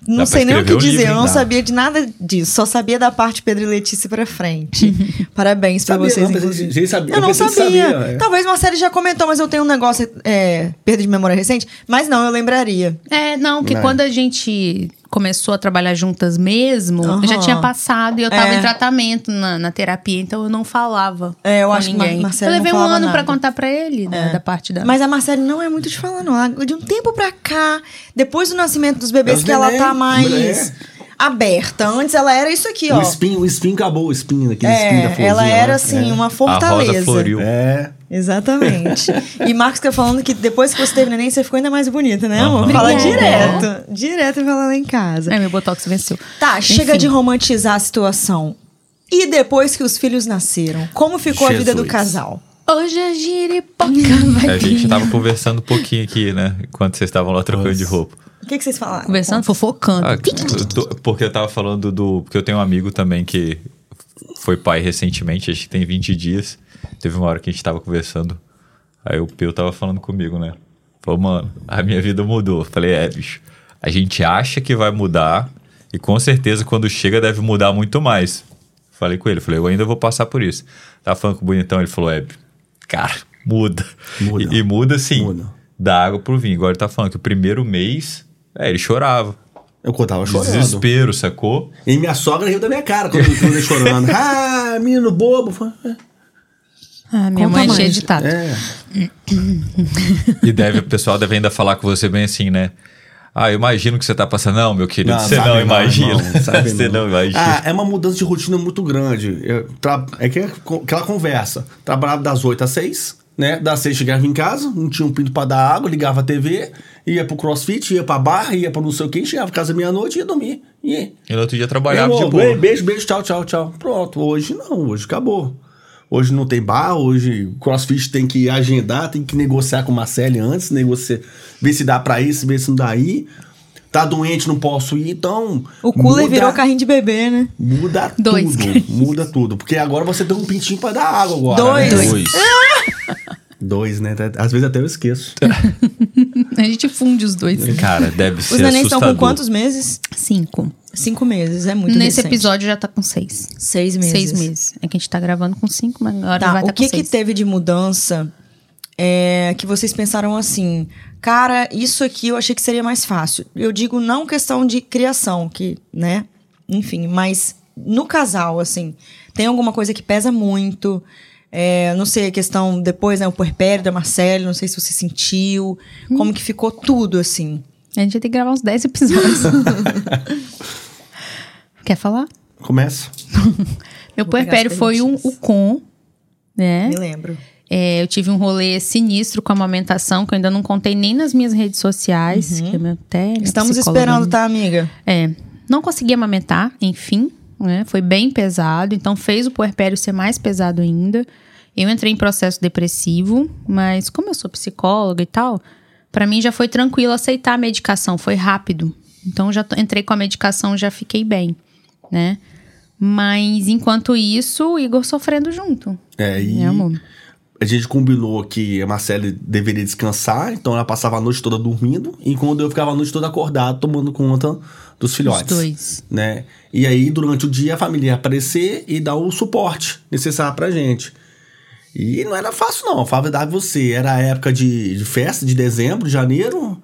Não pra sei nem o que escrever um dizer, livro, eu não dá. sabia de nada disso, só sabia da parte Pedro e Letícia pra <laughs> frente. Parabéns pra Sabia, vocês, não, pensei- inclusive. gente, sabia- eu eu não pensei que sabia. sabia, é. Talvez Marcelo já comentou, mas eu tenho um negócio, é, perda de memória recente, mas não, eu lembraria. É, não, que Né? quando a gente começou a trabalhar juntas mesmo, Aham. eu já tinha passado e eu tava É. em tratamento na, na terapia, então eu não falava. É, eu com acho que Mar- ninguém. Marcelo Eu não levei um falava ano pra nada. É. contar pra ele, né, da parte da. Mas a Marcela não é muito de falar, não. Ela- De um tempo pra cá, depois do nascimento dos bebês, É os que ela neném, tá mais mulher. aberta. Antes ela era isso aqui, O ó. espinho, o espinho acabou, o espinho, aquele espinho da É, florzinha. ela era lá. assim, É. uma A rosa fortaleza. floriu. É. Exatamente. E Marcos fica falando que depois que você teve neném, você ficou ainda mais bonita, né, amor? Aham. Fala Obrigada. direto. Direto fala lá em casa. É, meu botox venceu. Tá, chega Enfim. de romantizar a situação. E depois que os filhos nasceram, como ficou a vida do Jesus. casal? Hoje a <laughs> giripoca vai A É, gente vir. tava conversando um pouquinho aqui, né? Enquanto vocês estavam lá trocando de roupa. O que, que vocês falaram? Conversando, fofocando. Ah, do- porque eu tava falando do. Porque eu tenho um amigo também que foi pai recentemente, acho que tem 20 dias. Teve uma hora que a gente tava conversando. Aí o Peu tava falando comigo, né? Falou, mano, a minha vida mudou. Eu Falei, é, bicho, a gente acha que vai mudar e com certeza quando chega deve mudar muito mais. Falei com ele, falei, eu ainda vou passar por isso. Tava falando com o Bonitão, ele falou, é, bicho, cara, muda. Muda. E, e muda assim, Muda. da água pro vinho. Agora ele tá falando que o primeiro mês, é, ele chorava. Eu contava chorando. Desespero, sacou? E minha sogra riu da minha cara quando eu <laughs> tava chorando. Ah, menino bobo. Ah, minha Conta mãe é mais. cheia de tato. É. E deve, o pessoal deve ainda falar com você bem assim, né? Ah, eu imagino que você tá passando. Não, meu querido, você sabe não imagina. irmão, <laughs> sabe você não imagina. Ah, é uma mudança de rotina muito grande. Eu tra- É que aquela conversa. Trabalhava das 8 às 6, né? Das 6 chegava em casa, não tinha um pinto pra dar água, ligava a TV, ia pro crossfit, ia pra barra, ia pra não sei o que, chegava em casa meia-noite e ia dormir. E E no outro dia trabalhava Meu de amor, boa. ei, Beijo, beijo, tchau, tchau, tchau. Pronto, hoje não, hoje acabou. Hoje não tem bar, hoje o CrossFit tem que agendar, tem que negociar com o Marcelo antes, negociar, ver se dá pra isso, ver se não dá aí. Tá doente, não posso ir, então. O cooler muda- virou carrinho de bebê, né? Muda Dois tudo. carrinhos. Muda tudo. Porque agora você tem um pintinho pra dar água agora. Dois. né? Dois. Dois, né? Até- Às vezes até eu esqueço. A gente funde os dois. Cara, deve ser Os neném estão é assustador. com quantos meses? Cinco. Cinco meses, é muito Nesse recente. episódio já tá com seis. Seis meses. Seis meses. É que a gente tá gravando com cinco, mas agora Tá, vai o tá que com que seis. teve de mudança é, que vocês pensaram assim, cara, isso aqui eu achei que seria mais fácil. Eu digo não questão de criação, que, né? Enfim, mas no casal, assim, tem alguma coisa que pesa muito. É, não sei, a questão depois, né? O puerpério da Marcelo, não sei se você sentiu. Como que ficou tudo, assim. A gente vai ter que gravar uns <laughs> dez episódios. Quer falar? Começa. Vou pegar Meu puerpério as foi um perguntinhas. Ucon, né? Me lembro. É, eu tive um rolê sinistro com a amamentação, que eu ainda não contei nem nas minhas redes sociais. que eu até minha Uhum. Estamos psicóloga esperando, tá, amiga? É, não consegui amamentar, enfim, né? Foi bem pesado, então fez o puerpério ser mais pesado ainda. Eu entrei em processo depressivo, mas como eu sou psicóloga e tal, pra mim já foi tranquilo aceitar a medicação, foi rápido. Então já tô- entrei com a medicação, já fiquei bem, né? Mas enquanto isso, o Igor sofrendo junto. É, e Né, amor? a gente combinou que a Marcele deveria descansar, então ela passava a noite toda dormindo, enquanto eu ficava a noite toda acordado, tomando conta dos filhotes. Os dois. né? E aí, durante o dia, a família ia aparecer e dar o suporte necessário pra gente. E não era fácil, não. Fala a verdade pra você. Era a época de, de festa, de dezembro, de janeiro.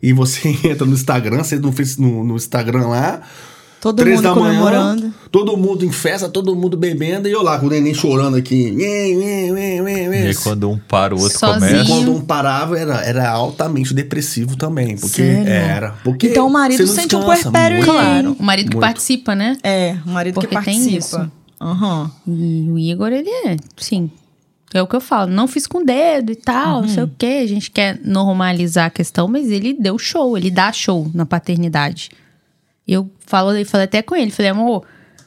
E você <laughs> entra no Instagram, você no, Face- no, no Instagram lá. Todo três mundo da manhã, comemorando. todo mundo em festa, todo mundo bebendo. E eu lá com o neném chorando aqui. Nhê, nhê, nhê, nhê, E nhê. aí, quando um para, o outro Sozinho. E começa. quando um parava, era, era altamente depressivo também. Porque Sério? era. Porque Então o marido você não sente um descansa puerpério muito. aí. Claro, o marido que Muito. participa, né? É, o marido que Porque tem participa. isso. Aham. E o Igor, ele é, sim. É o que eu falo, não fiz com o dedo e tal, Uhum. não sei o quê. A gente quer normalizar a questão, mas ele deu show, ele dá show na paternidade. Eu falo, eu falei até com ele, falei, amor,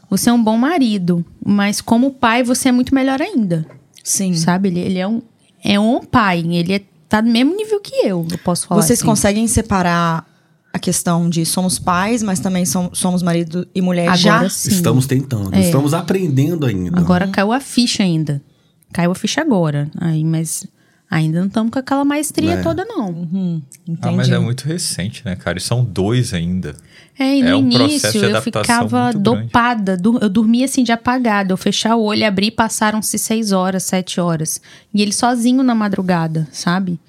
você é um bom marido, mas como pai você é muito melhor ainda. Sim. Sabe? Ele, ele é um é um pai, ele é, tá no mesmo nível que eu, eu posso falar. Vocês assim. conseguem separar a questão de somos pais, mas também som- somos marido e mulher Agora já? sim. Estamos tentando, É. estamos aprendendo ainda. Uhum. Agora caiu a ficha ainda. Caiu a ficha agora. Aí, mas ainda não estamos com aquela maestria É. Né. toda, não. Hum, Entendi. Ah, mas é muito recente, né, cara? E são dois ainda. É, e no É um processo início de eu adaptação ficava muito grande. dopada, dur- eu dormia assim de apagada, eu fechava o olho, abri e passaram-se seis horas, sete horas. E ele sozinho na madrugada, sabe?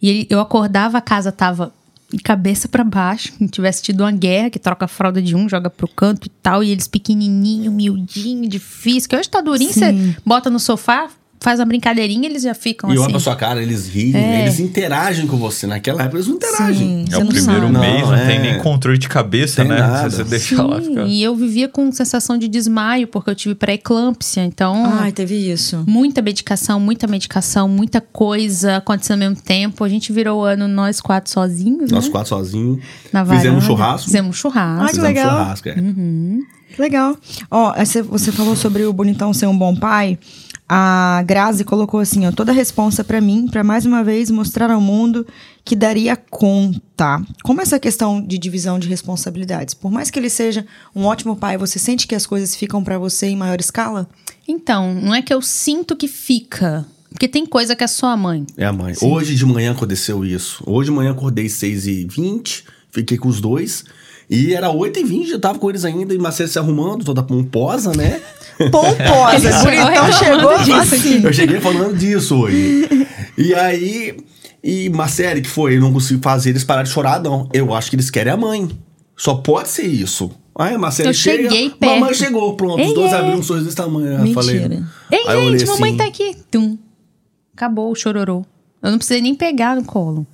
E ele- eu acordava, a casa tava de cabeça pra baixo, como tivesse tido uma guerra, que troca a fralda de um, joga pro canto e tal, e eles pequenininho, miudinho, difícil, que hoje tá durinho, você bota no sofá, faz uma brincadeirinha, eles já ficam E olha assim. pra sua cara, eles riem, eles interagem com você. Naquela época eles não interagem. É. Sim. é Você o não primeiro sabe. mês, não, Não, tem é. nem controle de cabeça, Tem né? nada. Se você deixar lá Sim, ficar. E eu vivia com sensação de desmaio, porque eu tive pré-eclâmpsia, então... Ai, teve isso. Muita medicação, muita medicação, muita coisa acontecendo ao mesmo tempo. A gente virou o ano nós quatro sozinhos, Nós né? quatro sozinhos. Na varanda. Fizemos um churrasco. Fizemos um churrasco. Ai, Uhum. Ah, que Fizemos legal. Uhum. churrasco, é. Que legal. Ó, essa- você falou sobre o bonitão ser um bom pai. A Grazi colocou assim, ó, toda a responsa pra mim, pra mais uma vez mostrar ao mundo que daria conta. Como essa questão de divisão de responsabilidades? Por mais que ele seja um ótimo pai, você sente que as coisas ficam pra você em maior <laughs> escala? Então, não é que eu sinto que fica. Porque tem coisa que é só a mãe. É a mãe. Hoje de manhã aconteceu isso. Hoje de manhã acordei 6h20, fiquei com os dois. E era 8h20, eu tava com eles ainda, e Marcelo se arrumando, toda pomposa, né? Pomposa, Ele bonitão reclamando chegou disso assim. Eu cheguei falando disso hoje. E aí. E Marcele, que foi? Eu não consigo fazer eles parar de chorar, não. Eu acho que eles querem a mãe. Só pode ser isso. Ah, é Aí, Marcele, Eu chega. cheguei Mamãe perto. chegou, pronto. Ei, Os dois ei. abriram um sorriso desse tamanho. Eu é. Mentira. falei. Ei, Aí eu olhei gente, mamãe assim, tá aqui. Tum. Acabou o chororô. Eu não precisei nem pegar no colo.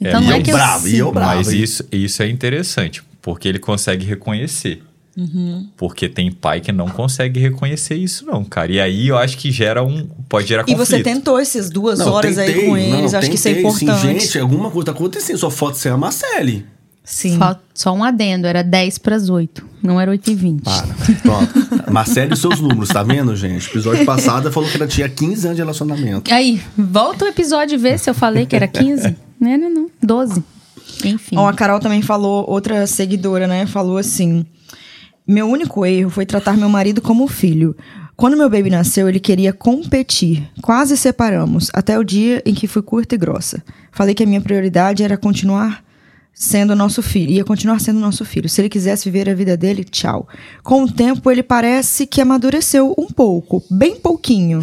Então É, não e é eu que eu bravo, e sinto. eu bravo. Mas hein? isso, isso é interessante, porque ele consegue reconhecer. Porque tem pai que não consegue reconhecer isso, não, cara. E aí eu acho que gera um. Pode gerar E conflito. você tentou essas duas Não, horas aí tentei, com não, eles, acho que isso é tentei, sim, importante. gente, alguma coisa tá acontecendo, só falta ser a Marcele. Sim. Só, só um adendo, era 10 pras 8. Não era 8 e 20. Para. <laughs> Pronto. Marcele e seus números, tá vendo, gente? Episódio passado falou que ela tinha 15 anos de relacionamento. Aí, volta o episódio e vê se eu falei que era <laughs> 15. não, não, não. 12. Enfim. Ó, a Carol também falou, outra seguidora, né? Falou assim: Meu único erro foi tratar meu marido como filho. Quando meu baby nasceu, ele queria competir. Quase separamos, até o dia em que fui curta e grossa. Falei que a minha prioridade era continuar sendo nosso filho, ia continuar sendo nosso filho. Se ele quisesse viver a vida dele, tchau. Com o tempo, ele parece que amadureceu um pouco, bem pouquinho.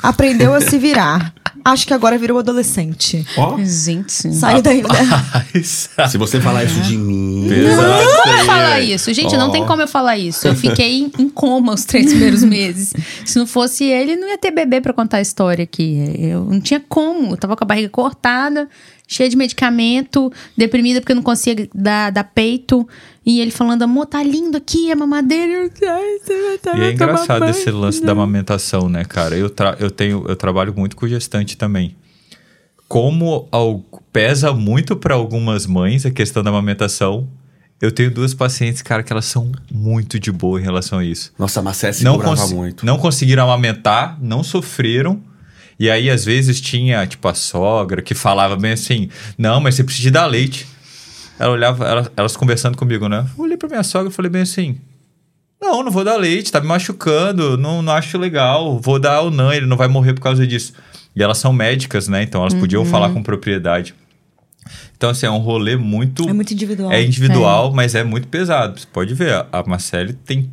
Aprendeu a se virar. Acho que agora virou adolescente. Ó, Gente. Saiu <laughs> daí, né? <laughs> Pesado. se você falar isso de mim. é Como eu falar isso? Gente, não tem como eu falar isso. Eu fiquei em, em coma os três primeiros meses. Se não fosse ele, não ia ter bebê pra contar a história aqui. Eu não tinha como. Eu tava com a barriga cortada, cheia de medicamento, deprimida porque eu não conseguia dar, dar peito. E ele falando, amor, tá lindo aqui, é mamadeira. Eu, Ai, você vai tá- E é vai tomar engraçado banho." esse lance da amamentação, né, cara? Eu, tra- eu, tenho, eu trabalho muito com gestante também. Como al- pesa muito para algumas mães a questão da amamentação, eu tenho duas pacientes, cara, que elas são muito de boa em relação a isso. Nossa, a Macé se não, cobrava consi- muito. não conseguiram amamentar, não sofreram. E aí, às vezes, tinha, tipo, a sogra que falava bem assim: Não, mas você precisa dar leite. Ela olhava, ela- elas conversando comigo, né? Eu olhei pra minha sogra e falei bem assim: Não, não vou dar leite, tá me machucando, não, não acho legal, vou dar o NAN, ele não vai morrer por causa disso. E elas são médicas, né? Então elas podiam Uhum. falar com propriedade. Então, assim, é um rolê muito. É muito individual. É individual, mas é muito pesado. Você pode ver, a Marcele tem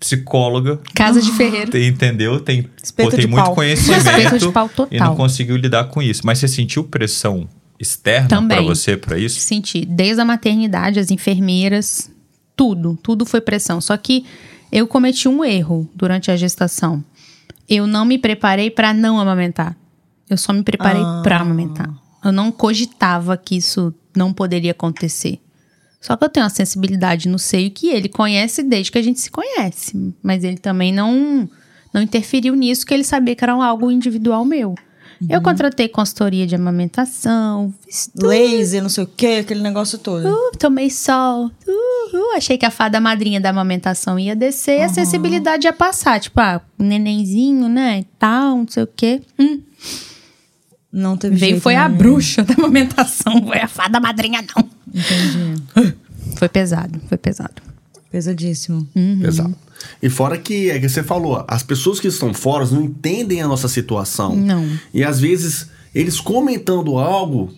psicóloga, Casa de ferreiro. tem- entendeu? Tem, Espeto pô, <laughs> tem de muito pau. conhecimento Espeto de pau total. e não conseguiu lidar com isso. Mas você sentiu pressão externa Também. pra você pra isso? senti desde a maternidade, as enfermeiras, tudo, tudo foi pressão. Só que eu cometi um erro durante a gestação. Eu não me preparei para não amamentar. Eu só me preparei Ah. para amamentar. Eu não cogitava que isso não poderia acontecer. Só que eu tenho uma sensibilidade no seio que ele conhece desde que a gente se conhece. Mas ele também não não interferiu nisso, que ele sabia que era algo individual meu. Eu contratei consultoria de amamentação, fiz Laser, não sei o quê, aquele negócio todo. Uh, tomei sol. Uh, uh, achei que a fada madrinha da amamentação ia descer e a sensibilidade ia passar. Tipo, ah, nenenzinho, né? e Tal, não sei o quê. Hum, Não teve veio, jeito, foi a né? bruxa da amamentação. <laughs> Foi a fada madrinha, não. Foi pesado, foi pesado. Pesadíssimo. Hum. Exato. Uhum. E fora que é que você falou, as pessoas que estão fora não entendem a nossa situação. Não. E às vezes eles comentando algo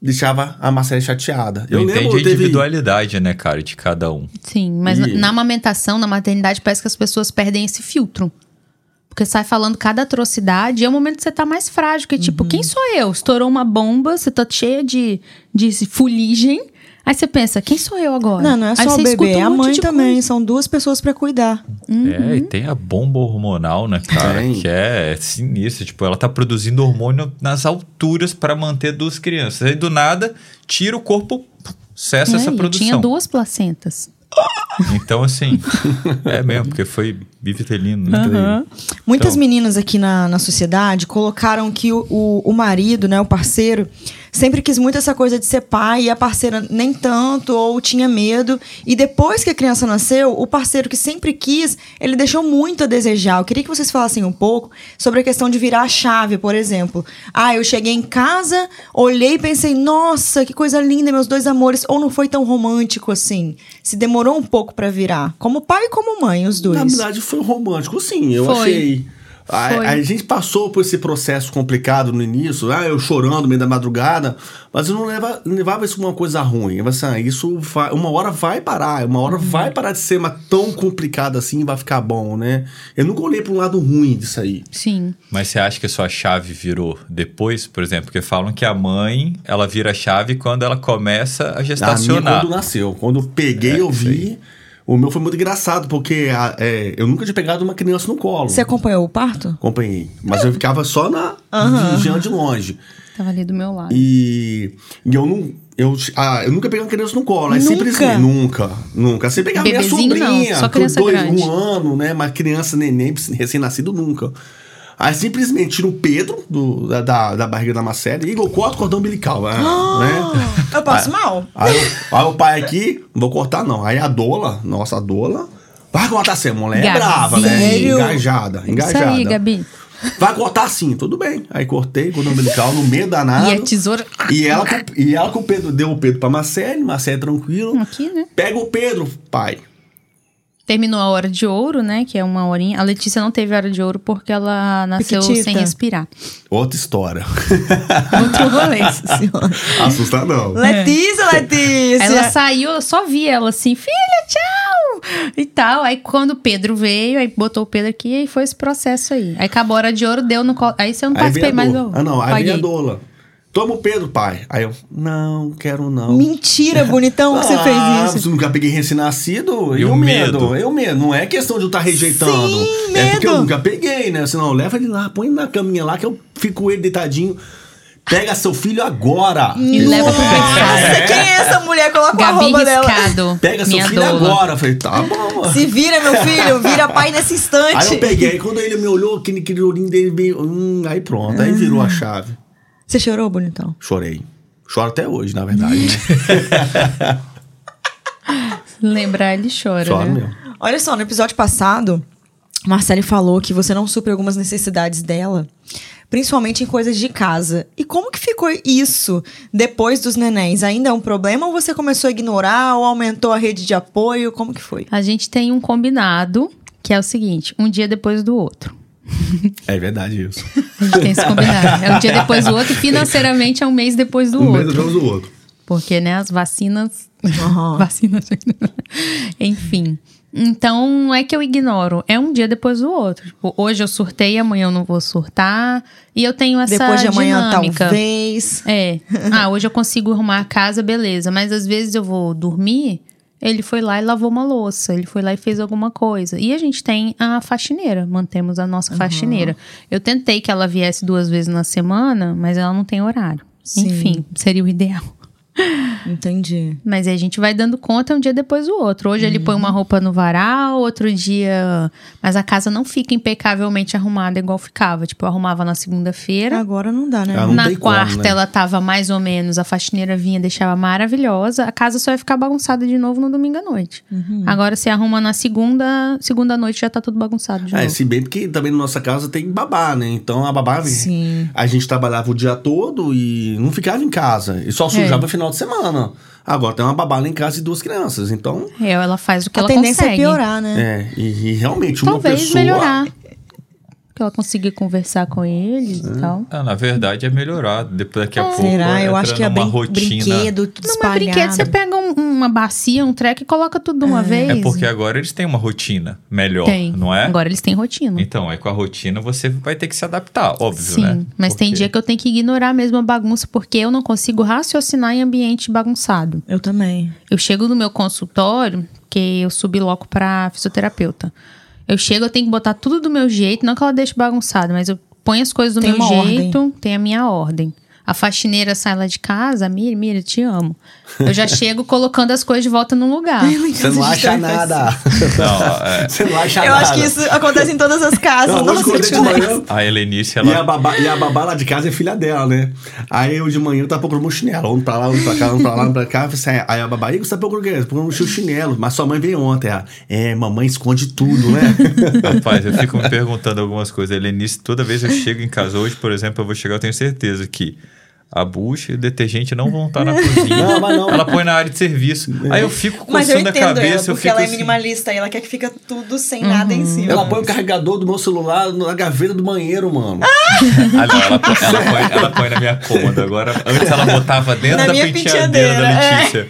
deixava a Marcela chateada. Eu, lembro, entendo a teve- individualidade, né, cara, de cada um. Sim, mas na- E- na amamentação, na maternidade, parece que as pessoas perdem esse filtro. Porque sai falando cada atrocidade e é o momento que você tá mais frágil. Que tipo, quem sou eu? Estourou uma bomba, você tá cheia de, de fuligem. Aí você pensa, quem sou eu agora? Não, não é Aí só o você escuta bebê, é um a monte mãe de também. coisa. São duas pessoas pra cuidar. Uhum. É, e tem a bomba hormonal, né, cara? Tem. Que é sinistra. Tipo, ela tá produzindo hormônio nas alturas pra manter duas crianças. Aí do nada, tira o corpo, cessa É, essa e eu produção. tinha duas placentas. Então, <laughs> assim, é mesmo, porque foi bivitelino, né? Muitas Então- meninas aqui na, na sociedade colocaram que o, o, o marido, né, o parceiro, sempre quis muito essa coisa de ser pai e a parceira nem tanto, ou tinha medo. E depois que a criança nasceu, o parceiro que sempre quis, ele deixou muito a desejar. Eu queria que vocês falassem um pouco sobre a questão de virar a chave, por exemplo. Ah, eu cheguei em casa, olhei e pensei, nossa, que coisa linda, meus dois amores. Ou não foi tão romântico assim? Se demorou um pouco pra virar. Como pai e como mãe, os dois. Na verdade, foi romântico, sim, eu Foi. achei. A, Foi. a gente passou por esse processo complicado no início, ah, eu chorando no meio da madrugada, mas eu não leva- não levava isso como uma coisa ruim. Eu falava assim, ah, isso vai- uma hora vai parar, uma hora vai parar de ser uma tão complicado assim e vai ficar bom, né? Eu nunca olhei para um lado ruim disso aí. Sim. Mas você acha que a sua chave virou depois, por exemplo? Porque falam que a mãe, ela vira a chave quando ela começa a A minha, gestacionar. quando nasceu, quando eu peguei, eu isso vi. O meu foi muito engraçado, porque a- é, eu nunca tinha pegado uma criança no colo. Você é acompanhou o parto? Acompanhei. Mas eu ficava só na vigiando de longe. Tava ali do meu lado. E, e eu não. Eu, ah, eu nunca peguei uma criança no colo. Aí Nunca? sempre assim, nunca, nunca. Sempre pegava minha Bebezinho, não. sobrinha, Só com criança dois, grande. um ano, né? Mas criança neném, recém-nascido, nunca. Aí simplesmente tira o Pedro do, da, da, da barriga da Marcela e eu corto o cordão umbilical. né? Ah! né? Eu passo mal. Aí, o- aí o pai aqui, não vou cortar não. Aí a Dola, nossa, a Dola. Vai cortar sim, a mulher é Gabi. brava, né? Sério? Engajada, Isso engajada. aí, Gabi. Vai cortar sim, tudo bem. Aí cortei com o umbilical no meio danado. E é a tesoura E ela, com- e ela com Hum, o Pedro, deu o Pedro pra Marcele, Marcele é tranquilo. aqui, né? Pega o Pedro, pai. Terminou a hora de ouro, né? Que é uma horinha. A Letícia não teve hora de ouro porque ela nasceu Piquitita. sem respirar. Outra história. Outro rolê. Senhora. Assustar não. É. Letícia, Letícia! Ela saiu, eu só vi ela assim, filha, tchau! E tal. Aí quando o Pedro veio, aí botou o Pedro aqui e foi esse processo aí. Aí acabou a hora de ouro, deu no colo. Aí um você não Aí participei veio a mais dor. do. Ah, não. Aí veio a Paguei. dola. Toma o Pedro, pai. Aí eu, não, quero não. Mentira, bonitão, que você fez Ah, isso. Você nunca peguei recém-nascido? E Eu o medo. medo? Eu medo. Não é questão de eu estar rejeitando. Sim, É porque medo. eu nunca peguei, né? Senão, leva ele lá, põe ele na caminha lá que eu fico ele deitadinho. Pega seu filho agora. E leva pro Nossa, mercado. quem é essa mulher? Coloca a Gabi roupa dela. Riscado. Pega seu minha filho doula. agora. Eu falei, tá bom. Se vira, meu filho, vira pai nesse instante. Aí eu peguei, aí quando ele me olhou, aquele, aquele olhinho dele veio. Hum, aí pronto, aí virou a chave. Você chorou, bonitão? Chorei. Choro até hoje, na verdade. né? Lembrar, ele chora. Choro né? mesmo. Olha só, no episódio passado, Marcele falou que você não supre algumas necessidades dela, principalmente em coisas de casa. E como que ficou isso depois dos nenéns? Ainda é um problema ou você começou a ignorar ou aumentou a rede de apoio? Como que foi? A gente tem um combinado, que é o seguinte: um dia depois do outro. É verdade isso. A gente tem esse combinado. É um dia depois do outro, e financeiramente é um mês depois do Um outro. mês atrás do outro. Porque, né, as vacinas. <laughs> Aham. vacinas. Enfim. Então, não é que eu ignoro. É um dia depois do outro. Tipo, hoje eu surtei, amanhã eu não vou surtar. E eu tenho essa depois de amanhã, dinâmica. talvez. É. Ah, hoje eu consigo arrumar a casa, beleza. Mas às vezes eu vou dormir, ele foi lá e lavou uma louça, ele foi lá e fez alguma coisa. E a gente tem a faxineira, mantemos a nossa faxineira. Eu tentei que ela viesse duas vezes na semana, mas ela não tem horário. Sim. Enfim, seria o ideal. Entendi. Mas aí a gente vai dando conta um dia depois do outro. Hoje ele põe uma Uhum. roupa no varal, outro dia. Mas a casa não fica impecavelmente arrumada igual ficava. Tipo, eu arrumava na segunda-feira. Agora não dá, né? Ah, não Na tem como, quarta né? ela tava mais ou menos, a faxineira vinha, deixava maravilhosa. A casa só ia ficar bagunçada de novo no domingo à noite. Uhum. Agora se arruma na segunda, segunda à noite já tá tudo bagunçado de É, novo. se bem porque também na nossa casa tem babá, né? Então a babá Sim. A gente trabalhava o dia todo e não ficava em casa. E só sujava no final de semana. Agora tem uma babá lá em casa e duas crianças. Então, É, ela faz o que a ela tendência é consegue. piorar, né? é, e, e realmente uma Talvez pessoa. melhorar. Que ela consiga conversar com eles Hum. e tal. Ah, na verdade é melhorar. Depois daqui a pouco. Será? Eu acho entra que é numa brin rotina. brinquedo, tudo Não é espalhado. brinquedo, você pega um- uma bacia, um treco e coloca tudo de uma vez. É porque agora eles têm uma rotina melhor, tem. não é? Agora eles têm rotina. Então, aí com a rotina você vai ter que se adaptar, óbvio, Sim, né? mas tem Porque- dia que eu tenho que ignorar mesmo a bagunça porque eu não consigo raciocinar em ambiente bagunçado. Eu também. Eu chego no meu consultório, que eu subi logo pra fisioterapeuta. Eu chego, eu tenho que botar tudo do meu jeito, não que ela deixe bagunçado, mas eu ponho as coisas do Tem meu uma jeito, tem a minha ordem. A faxineira sai lá de casa, Mira, Mira, te amo. Eu já <laughs> chego colocando as coisas de volta no lugar. Você não acha nada. <laughs> Não, <laughs> é, Você não acha Eu nada. acho que isso acontece em todas as casas. Não, hoje Nossa, quando eu de demais. manhã, a Helenice, E a, ela. babá, e a babá lá de casa é filha dela, né? Aí eu de manhã eu tava procurando meu chinelo. Vamos pra lá, vamos pra cá, vamos pra lá, vamos pra cá. Eu falei assim, aí a babá, Igor, você tá procurando o quê? Procurando o seu chinelo. Mas sua mãe veio ontem. Ela, é, mamãe esconde tudo, né? Rapaz, eu fico me perguntando algumas coisas. A Helenice, toda vez que eu chego em casa hoje, por exemplo, eu vou chegar, eu tenho certeza que. A bucha e o detergente não vão <laughs> estar na cozinha. Não, mas não. Ela põe na área de serviço. Aí eu fico Mas eu coçando a entendo cabeça. ela, eu porque fico ela é assim, minimalista e ela quer que fica tudo sem nada em cima. <laughs> Ela põe o carregador do meu celular na gaveta do banheiro, mano. Ah, não, ela, põe- ela põe, ela põe na minha cômoda. Agora, antes ela botava dentro Na da minha penteadeira da penteadeira, Letícia.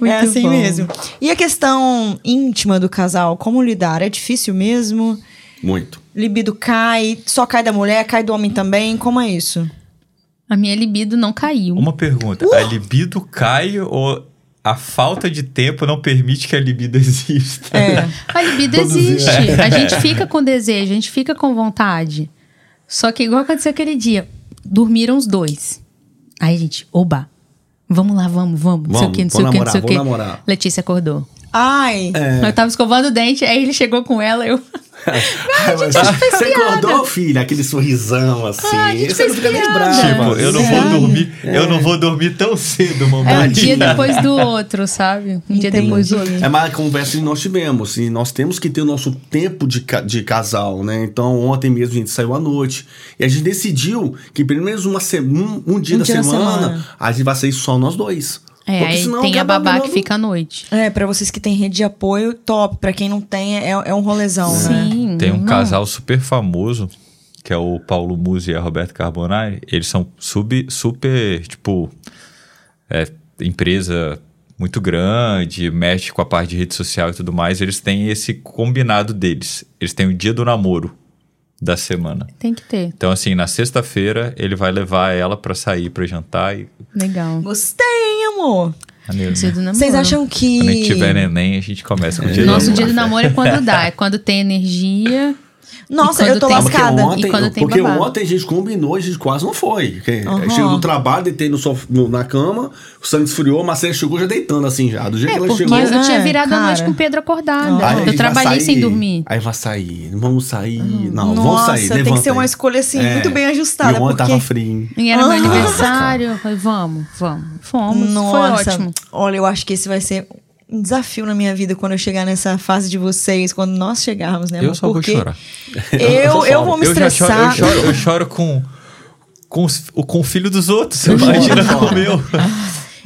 Muito é assim bom. mesmo. E a questão íntima do casal, como lidar? É difícil mesmo? Muito. Libido cai, só cai da mulher, cai do homem também. Como é isso? A minha libido não caiu. Uma pergunta: a libido cai ou a falta de tempo não permite que a libido exista? É. A libido existe. A gente fica com desejo, a gente fica com vontade. Só que igual aconteceu aquele dia, dormiram os dois. Aí, gente, oba. Vamos lá, vamos, vamos. Não sei o Vamos, que, não sei o vou que, não namorar, sei o vou que. namorar. Letícia acordou. Ai, Eu tava escovando o dente, aí ele chegou com ela, eu. Ai, mas assim, você acordou, filha? Aquele sorrisão assim. Ah, a gente você fez não fica nem piada. bravo. Tipo, eu não vou dormir, É. eu não vou dormir tão cedo, É um mamãe. dia depois do outro, sabe? Um dia depois do outro. É uma conversa que nós tivemos e nós temos que ter o nosso tempo de, ca- de casal, né? Então, ontem mesmo a gente saiu à noite e a gente decidiu que pelo menos uma se- um, um dia Um da dia na semana, semana. a gente vai sair só nós dois. É, Porque aí senão tem a acaba babá que virando- fica à noite. É, pra vocês que têm rede de apoio, top. Pra quem não tem, é, é um rolezão, né? Sim. Tem um não. casal super famoso, que é o Paulo Musi e a Roberta Carbonari. Eles são sub, super, tipo, é, empresa muito grande, mexe com a parte de rede social e tudo mais. Eles têm esse combinado deles. Eles têm o dia do namoro da semana. Tem que ter. Então, assim, na sexta-feira, ele vai levar ela pra sair pra jantar e... Legal. Gostei, hein, amor. Maneiro, né? Dia do namoro. Vocês acham que. Quando a gente tiver né? neném, a gente começa com o dia Nosso do dia do namoro. namoro é quando dá, é quando tem energia. Nossa, E quando eu tô tem- Ah, Porque lascada. Mas E ontem, quando tem porque babado. ontem a gente combinou, a gente quase não foi. Que- Aham. Chega do trabalho, deitei no sof- no- na cama, o sangue esfriou, a Marcela chegou já deitando assim já. Do jeito que ela É, Porque chegou. Mas eu tinha é, virado a noite cara. com o Pedro acordado. Aí a gente Eu vai trabalhei sair, sem dormir. Aí vai sair, não vamos sair. Não, vamos Nossa, sair. tem levanta que ser uma aí. escolha assim, É. muito bem ajustada. E ontem porque... tava frio. E era meu Ah, aniversário. Eu falei, vamos, vamos. Fomos. Nossa, Foi ótimo. olha, eu acho que esse vai ser um desafio na minha vida quando eu chegar nessa fase de vocês, quando nós chegarmos, né? Eu amor? só vou Porque chorar. Eu, eu vou me já estressar. Choro, eu, choro, eu choro com, com, os- com o filho dos outros. imagina com o meu.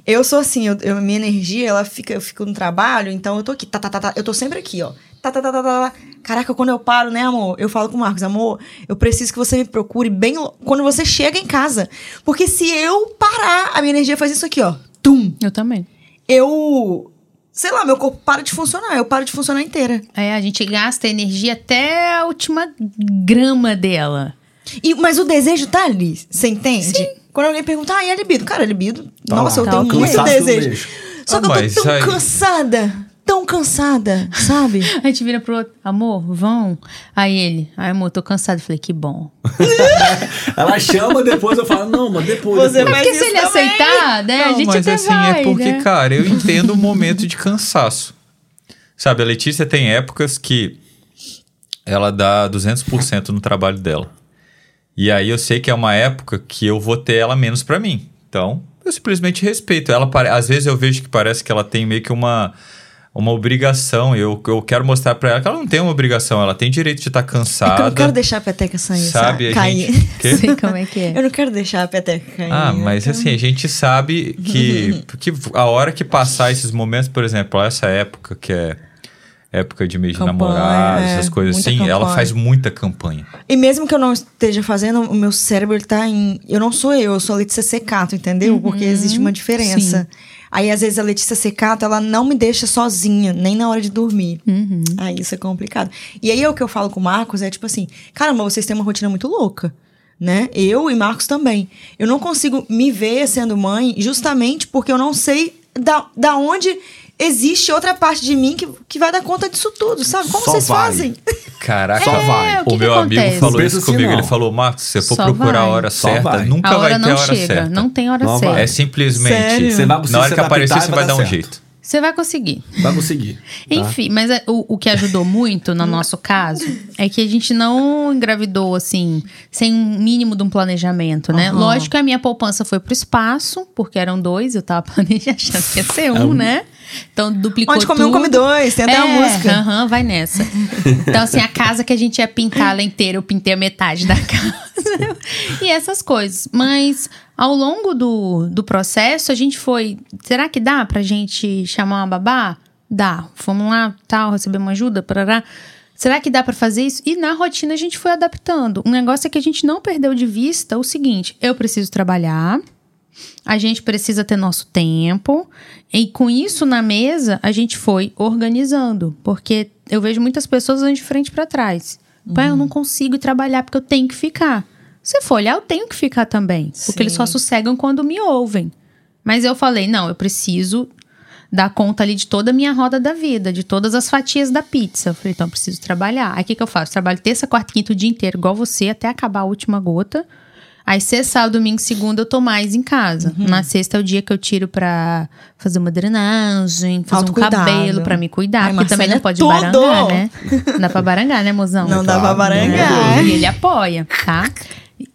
Eu sou assim, eu, eu- minha energia, ela fica, eu fico no trabalho, então eu tô aqui, tá, tá, tá, tá, eu tô sempre aqui, ó. Tá, tá, tá, tá, tá, tá. Caraca, quando eu paro, né, amor? Eu falo com o Marcos, amor, eu preciso que você me procure bem lo- quando você chega em casa. Porque se eu parar, a minha energia faz isso aqui, ó. Tum! Eu também. Eu. Sei lá, meu corpo para de funcionar, eu paro de funcionar inteira. É, a gente gasta energia até a última grama dela. E, mas o desejo tá ali, você entende? Quando alguém pergunta, ah, e a libido? Cara, a libido, Tá nossa, lá. eu Tá tenho ok. muito Cansaço do desejo. beijo. Só Ah, que eu mas tô tão aí- cansada, tão cansada, sabe? A gente vira pro outro, amor, vão. Aí ele, ai amor, tô cansado. Eu falei, que bom. Ela chama, depois eu falo, não, mas depois. Você depois. vai- Mas Porque se isso ele também- aceitar, né, a É Não, gente mas até assim, vai, é porque, né? cara, eu entendo o momento de cansaço. Sabe, a Letícia tem épocas que ela dá 200% no trabalho dela. E aí eu sei que é uma época que eu vou ter ela menos pra mim. Então, eu simplesmente respeito. Ela pare... Às vezes eu vejo que parece que ela tem meio que uma, uma obrigação. Eu, eu quero mostrar pra ela que ela não tem uma obrigação. Ela tem direito de estar É que eu cansada. não quero deixar a peteca sair, Ah, sabe? sabe? A Cair. gente... <laughs> Quê? Sei como é que é. Eu não quero deixar a peteca cair. Ah, mas então- assim, a gente sabe <laughs> que, que a hora que passar esses momentos, por exemplo, essa época que é época de mês de Campanha, namorados, é, essas coisas muita assim, ela campanha. faz muita campanha. E mesmo que eu não esteja fazendo, o meu cérebro ele tá em. Eu não sou eu, eu sou a Letícia Secato, entendeu? Porque existe uma diferença. Aí, às vezes, a Letícia Secato, ela não me deixa sozinha, nem na hora de dormir. Aí isso é complicado. E aí, o que eu falo com o Marcos é tipo assim: caramba, vocês têm uma rotina muito louca. Né? Eu e Marcos também. Eu não consigo me ver sendo mãe justamente porque eu não sei da, da onde existe outra parte de mim que, que vai dar conta disso tudo, sabe? Como Só vocês vai. fazem? Caraca, Só vai. É, o que o que meu amigo acontece? falou Não isso pensa assim, comigo. não. ele falou, Marcos, se você for Só procurar a vai. hora Só certa, vai. nunca A vai hora ter não a hora chega, certa. não tem hora Não certa. vai. É simplesmente. Sério? Você vai- você na hora se que aparecer, adaptar, você vai vai dar dar um certo. jeito. Você vai conseguir. Vai conseguir. tá? Enfim, mas é, o, o que ajudou muito no nosso caso é que a gente não engravidou assim, sem um mínimo de um planejamento, né? Aham. Lógico que a minha poupança foi pro espaço, porque eram dois, eu tava <laughs> planejando que ia ser um, né? Então duplicou Onde come um, tudo. come dois, tem até a É, música. Aham, vai <laughs> nessa. Então, assim, a casa que a gente ia pintar ela inteira, eu pintei a metade da <laughs> casa. e essas coisas. Mas ao longo do, do processo, a gente foi. Será que dá pra gente chamar uma babá? Dá. Fomos lá, tal, receber uma ajuda, parará. Será que dá pra fazer isso? E na rotina a gente foi adaptando. Um negócio é que a gente não perdeu de vista o seguinte: eu preciso trabalhar. A gente precisa ter nosso tempo. E com isso na mesa, a gente foi organizando. Porque eu vejo muitas pessoas andando de frente para trás. Pai, eu não consigo ir trabalhar porque eu tenho que ficar. Se for olhar, eu tenho que ficar também. Porque eles só sossegam quando me ouvem. Mas eu falei, não, eu preciso dar conta ali de toda a minha roda da vida, de todas as fatias da pizza. Eu falei, então eu preciso trabalhar. Aí o que, que eu faço? Trabalho terça, quarta, quinta o dia inteiro, igual você, até acabar a última gota. Aí sexta, sábado, domingo, segunda eu tô mais em casa. Uhum. Na sexta é o dia que eu tiro pra fazer uma drenagem, fazer um Autocuidado. cabelo pra me cuidar, Ai, porque também Marcela, é não pode tudo! barangar, né? Não dá pra barangar, né, mozão? Não dá pra Claro, barangar. E ele apoia, tá?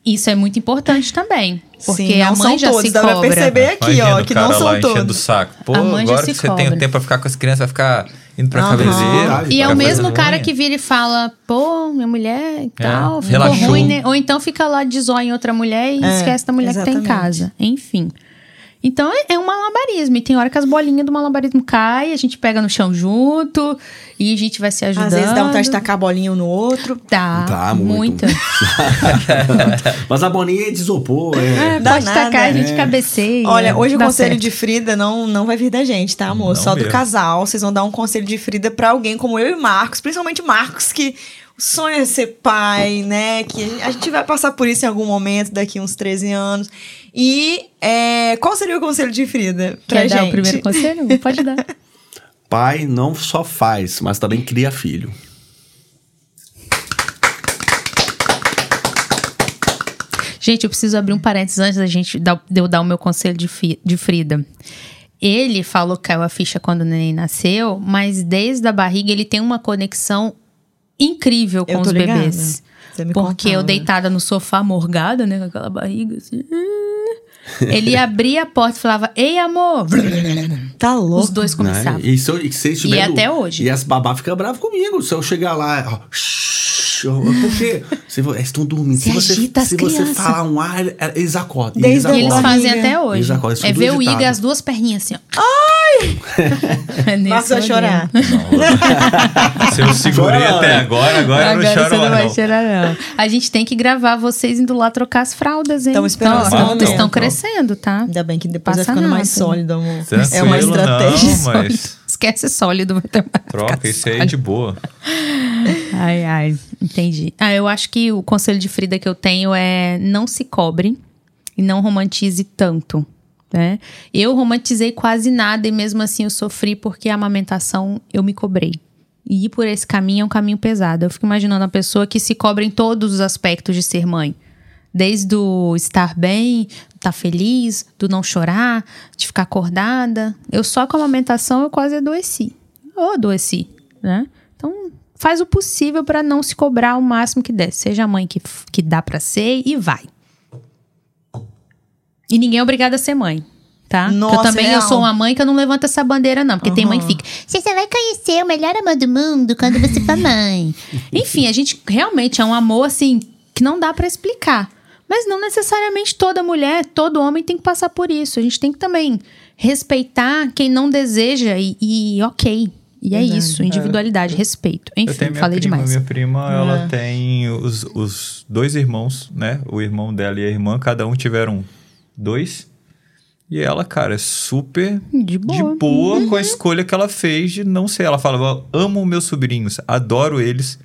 Isso é muito importante também. Porque Sim, não a mãe são já todos, se dá pra cobra. perceber aqui, Imagina ó, o que cara não lá são enchendo o todos. saco. Pô, A mãe já agora se que você tem cobra. o tempo pra ficar com as crianças, vai ficar indo pra Aham. cabeceira. E é Pra o fazer É, mesmo unha. cara que vira e fala, pô, minha mulher e tal, ficou relaxou. ruim, né? Ou então fica lá de zóio em outra mulher e esquece da mulher que tá em É, exatamente. casa. Enfim. Então é, é um malabarismo. E tem hora que as bolinhas do malabarismo caem, a gente pega no chão junto e a gente vai se ajudando. Às vezes dá vontade de tacar a bolinha um no outro. Tá, Tá, muita. muito. Mas a bolinha é de isopor, é. Dá Pode nada. tacar, a gente cabeceia. Olha, hoje o é. Dá conselho certo. de Frida não, não vai vir da gente, tá, amor? Não Só do mesmo. casal. Vocês vão dar um conselho de Frida pra alguém como eu e Marcos, principalmente Marcos, que o sonho é ser pai, né? Que a gente vai passar por isso em algum momento, daqui uns 13 anos. E é, qual seria o conselho de Frida? Pra Quer gente? dar o primeiro conselho? Pode dar. Pai não só faz, mas também cria filho. Gente, eu preciso abrir um parênteses antes da gente dar, de eu dar o meu conselho de, fi- de Frida. Ele falou que caiu a ficha quando o neném nasceu, mas desde a barriga ele tem uma conexão incrível com Eu os tô ligada. bebês. Você me Porque eu contava. deitada no sofá morgada, né, com aquela <laughs> barriga assim. Ele abria a porta e falava: "Ei, amor". Tá Os louco. dois começavam. Né? E, se eu, e, se eu estiver E do- até hoje. E as babá ficam bravas comigo. Se eu chegar lá, ó, shhh, ó, por quê? Se vo- eles estão dormindo. Se você, agita as se você crianças. falar um ar, ele- eles acordam. Desde eles a E eles acordam. barriga. fazem até Eles hoje. acordam, eles É ficam ver o tudo Iga agitado. as duas perninhas assim, ó. Ai! <laughs> É nesse Marcos vai modelo. chorar. Se eu segurei Chora, até né? agora, agora, eu não Agora choro você não mais, vai não. chorar, não. A gente tem que gravar vocês indo lá trocar as fraldas, hein? Tamo esperando Então, esse ó, momento. estão crescendo, tá? Ainda bem que depois Passa vai ficando mais nada. sólido, amor. é Tranquilo, uma estratégia. assim? Não, mas Esquece sólido, vai ter mais troca, ficar isso aí é de boa. Ai, ai, entendi. Ah, eu acho que o conselho de Frida que eu tenho é não se cobre e não romantize tanto, né? Eu romantizei quase nada e mesmo assim eu sofri porque a amamentação eu me cobrei. E ir por esse caminho é um caminho pesado. Eu fico imaginando a pessoa que se cobra em todos os aspectos de ser mãe. Desde o estar bem, estar feliz, do não chorar, de ficar acordada. Eu só com a amamentação eu quase adoeci. Eu adoeci, né? Então, faz o possível pra não se cobrar o máximo que der. Seja a mãe que, f- que dá pra ser e vai. E ninguém é obrigado a ser mãe, tá? Porque Nossa, é eu também eu real. sou uma mãe que eu não levanto essa bandeira, não. Porque tem mãe que fica, você só vai conhecer o melhor amor do mundo quando você for mãe. <laughs> Enfim, a gente realmente é um amor, assim, que não dá pra explicar. Mas não necessariamente toda mulher, todo homem tem que passar por isso. A gente tem que também respeitar quem não deseja e, e ok. E é Verdade. isso, individualidade, respeito. É. Eu tenho Enfim, minha falei prima. demais. Minha prima, ela tem os, os dois irmãos, né? O irmão dela e a irmã, cada um tiveram dois. E ela, cara, é super De boa. com a escolha que ela fez de não ser. Ela falava, amo meus sobrinhos, adoro eles,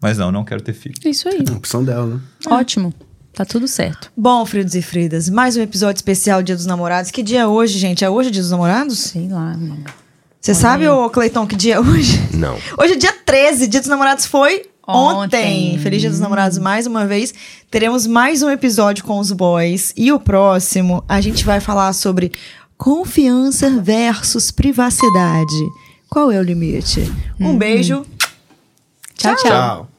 mas não, não quero ter filho. Isso aí. É a opção dela, né? Ótimo. Tá tudo certo. Bom, Fridos e Fridas, mais um episódio especial Dia dos Namorados. Que dia é hoje, gente? É hoje o Dia dos Namorados? Sei lá, mano. Você sabe, ô Cleiton, que dia é hoje? Não. Hoje é dia 13, Dia dos Namorados foi ontem. Ontem. Feliz Dia dos Namorados mais uma vez. Teremos mais um episódio com os boys. E o próximo, a gente vai falar sobre confiança versus privacidade. Qual é o limite? Um beijo. Tchau, tchau. Tchau.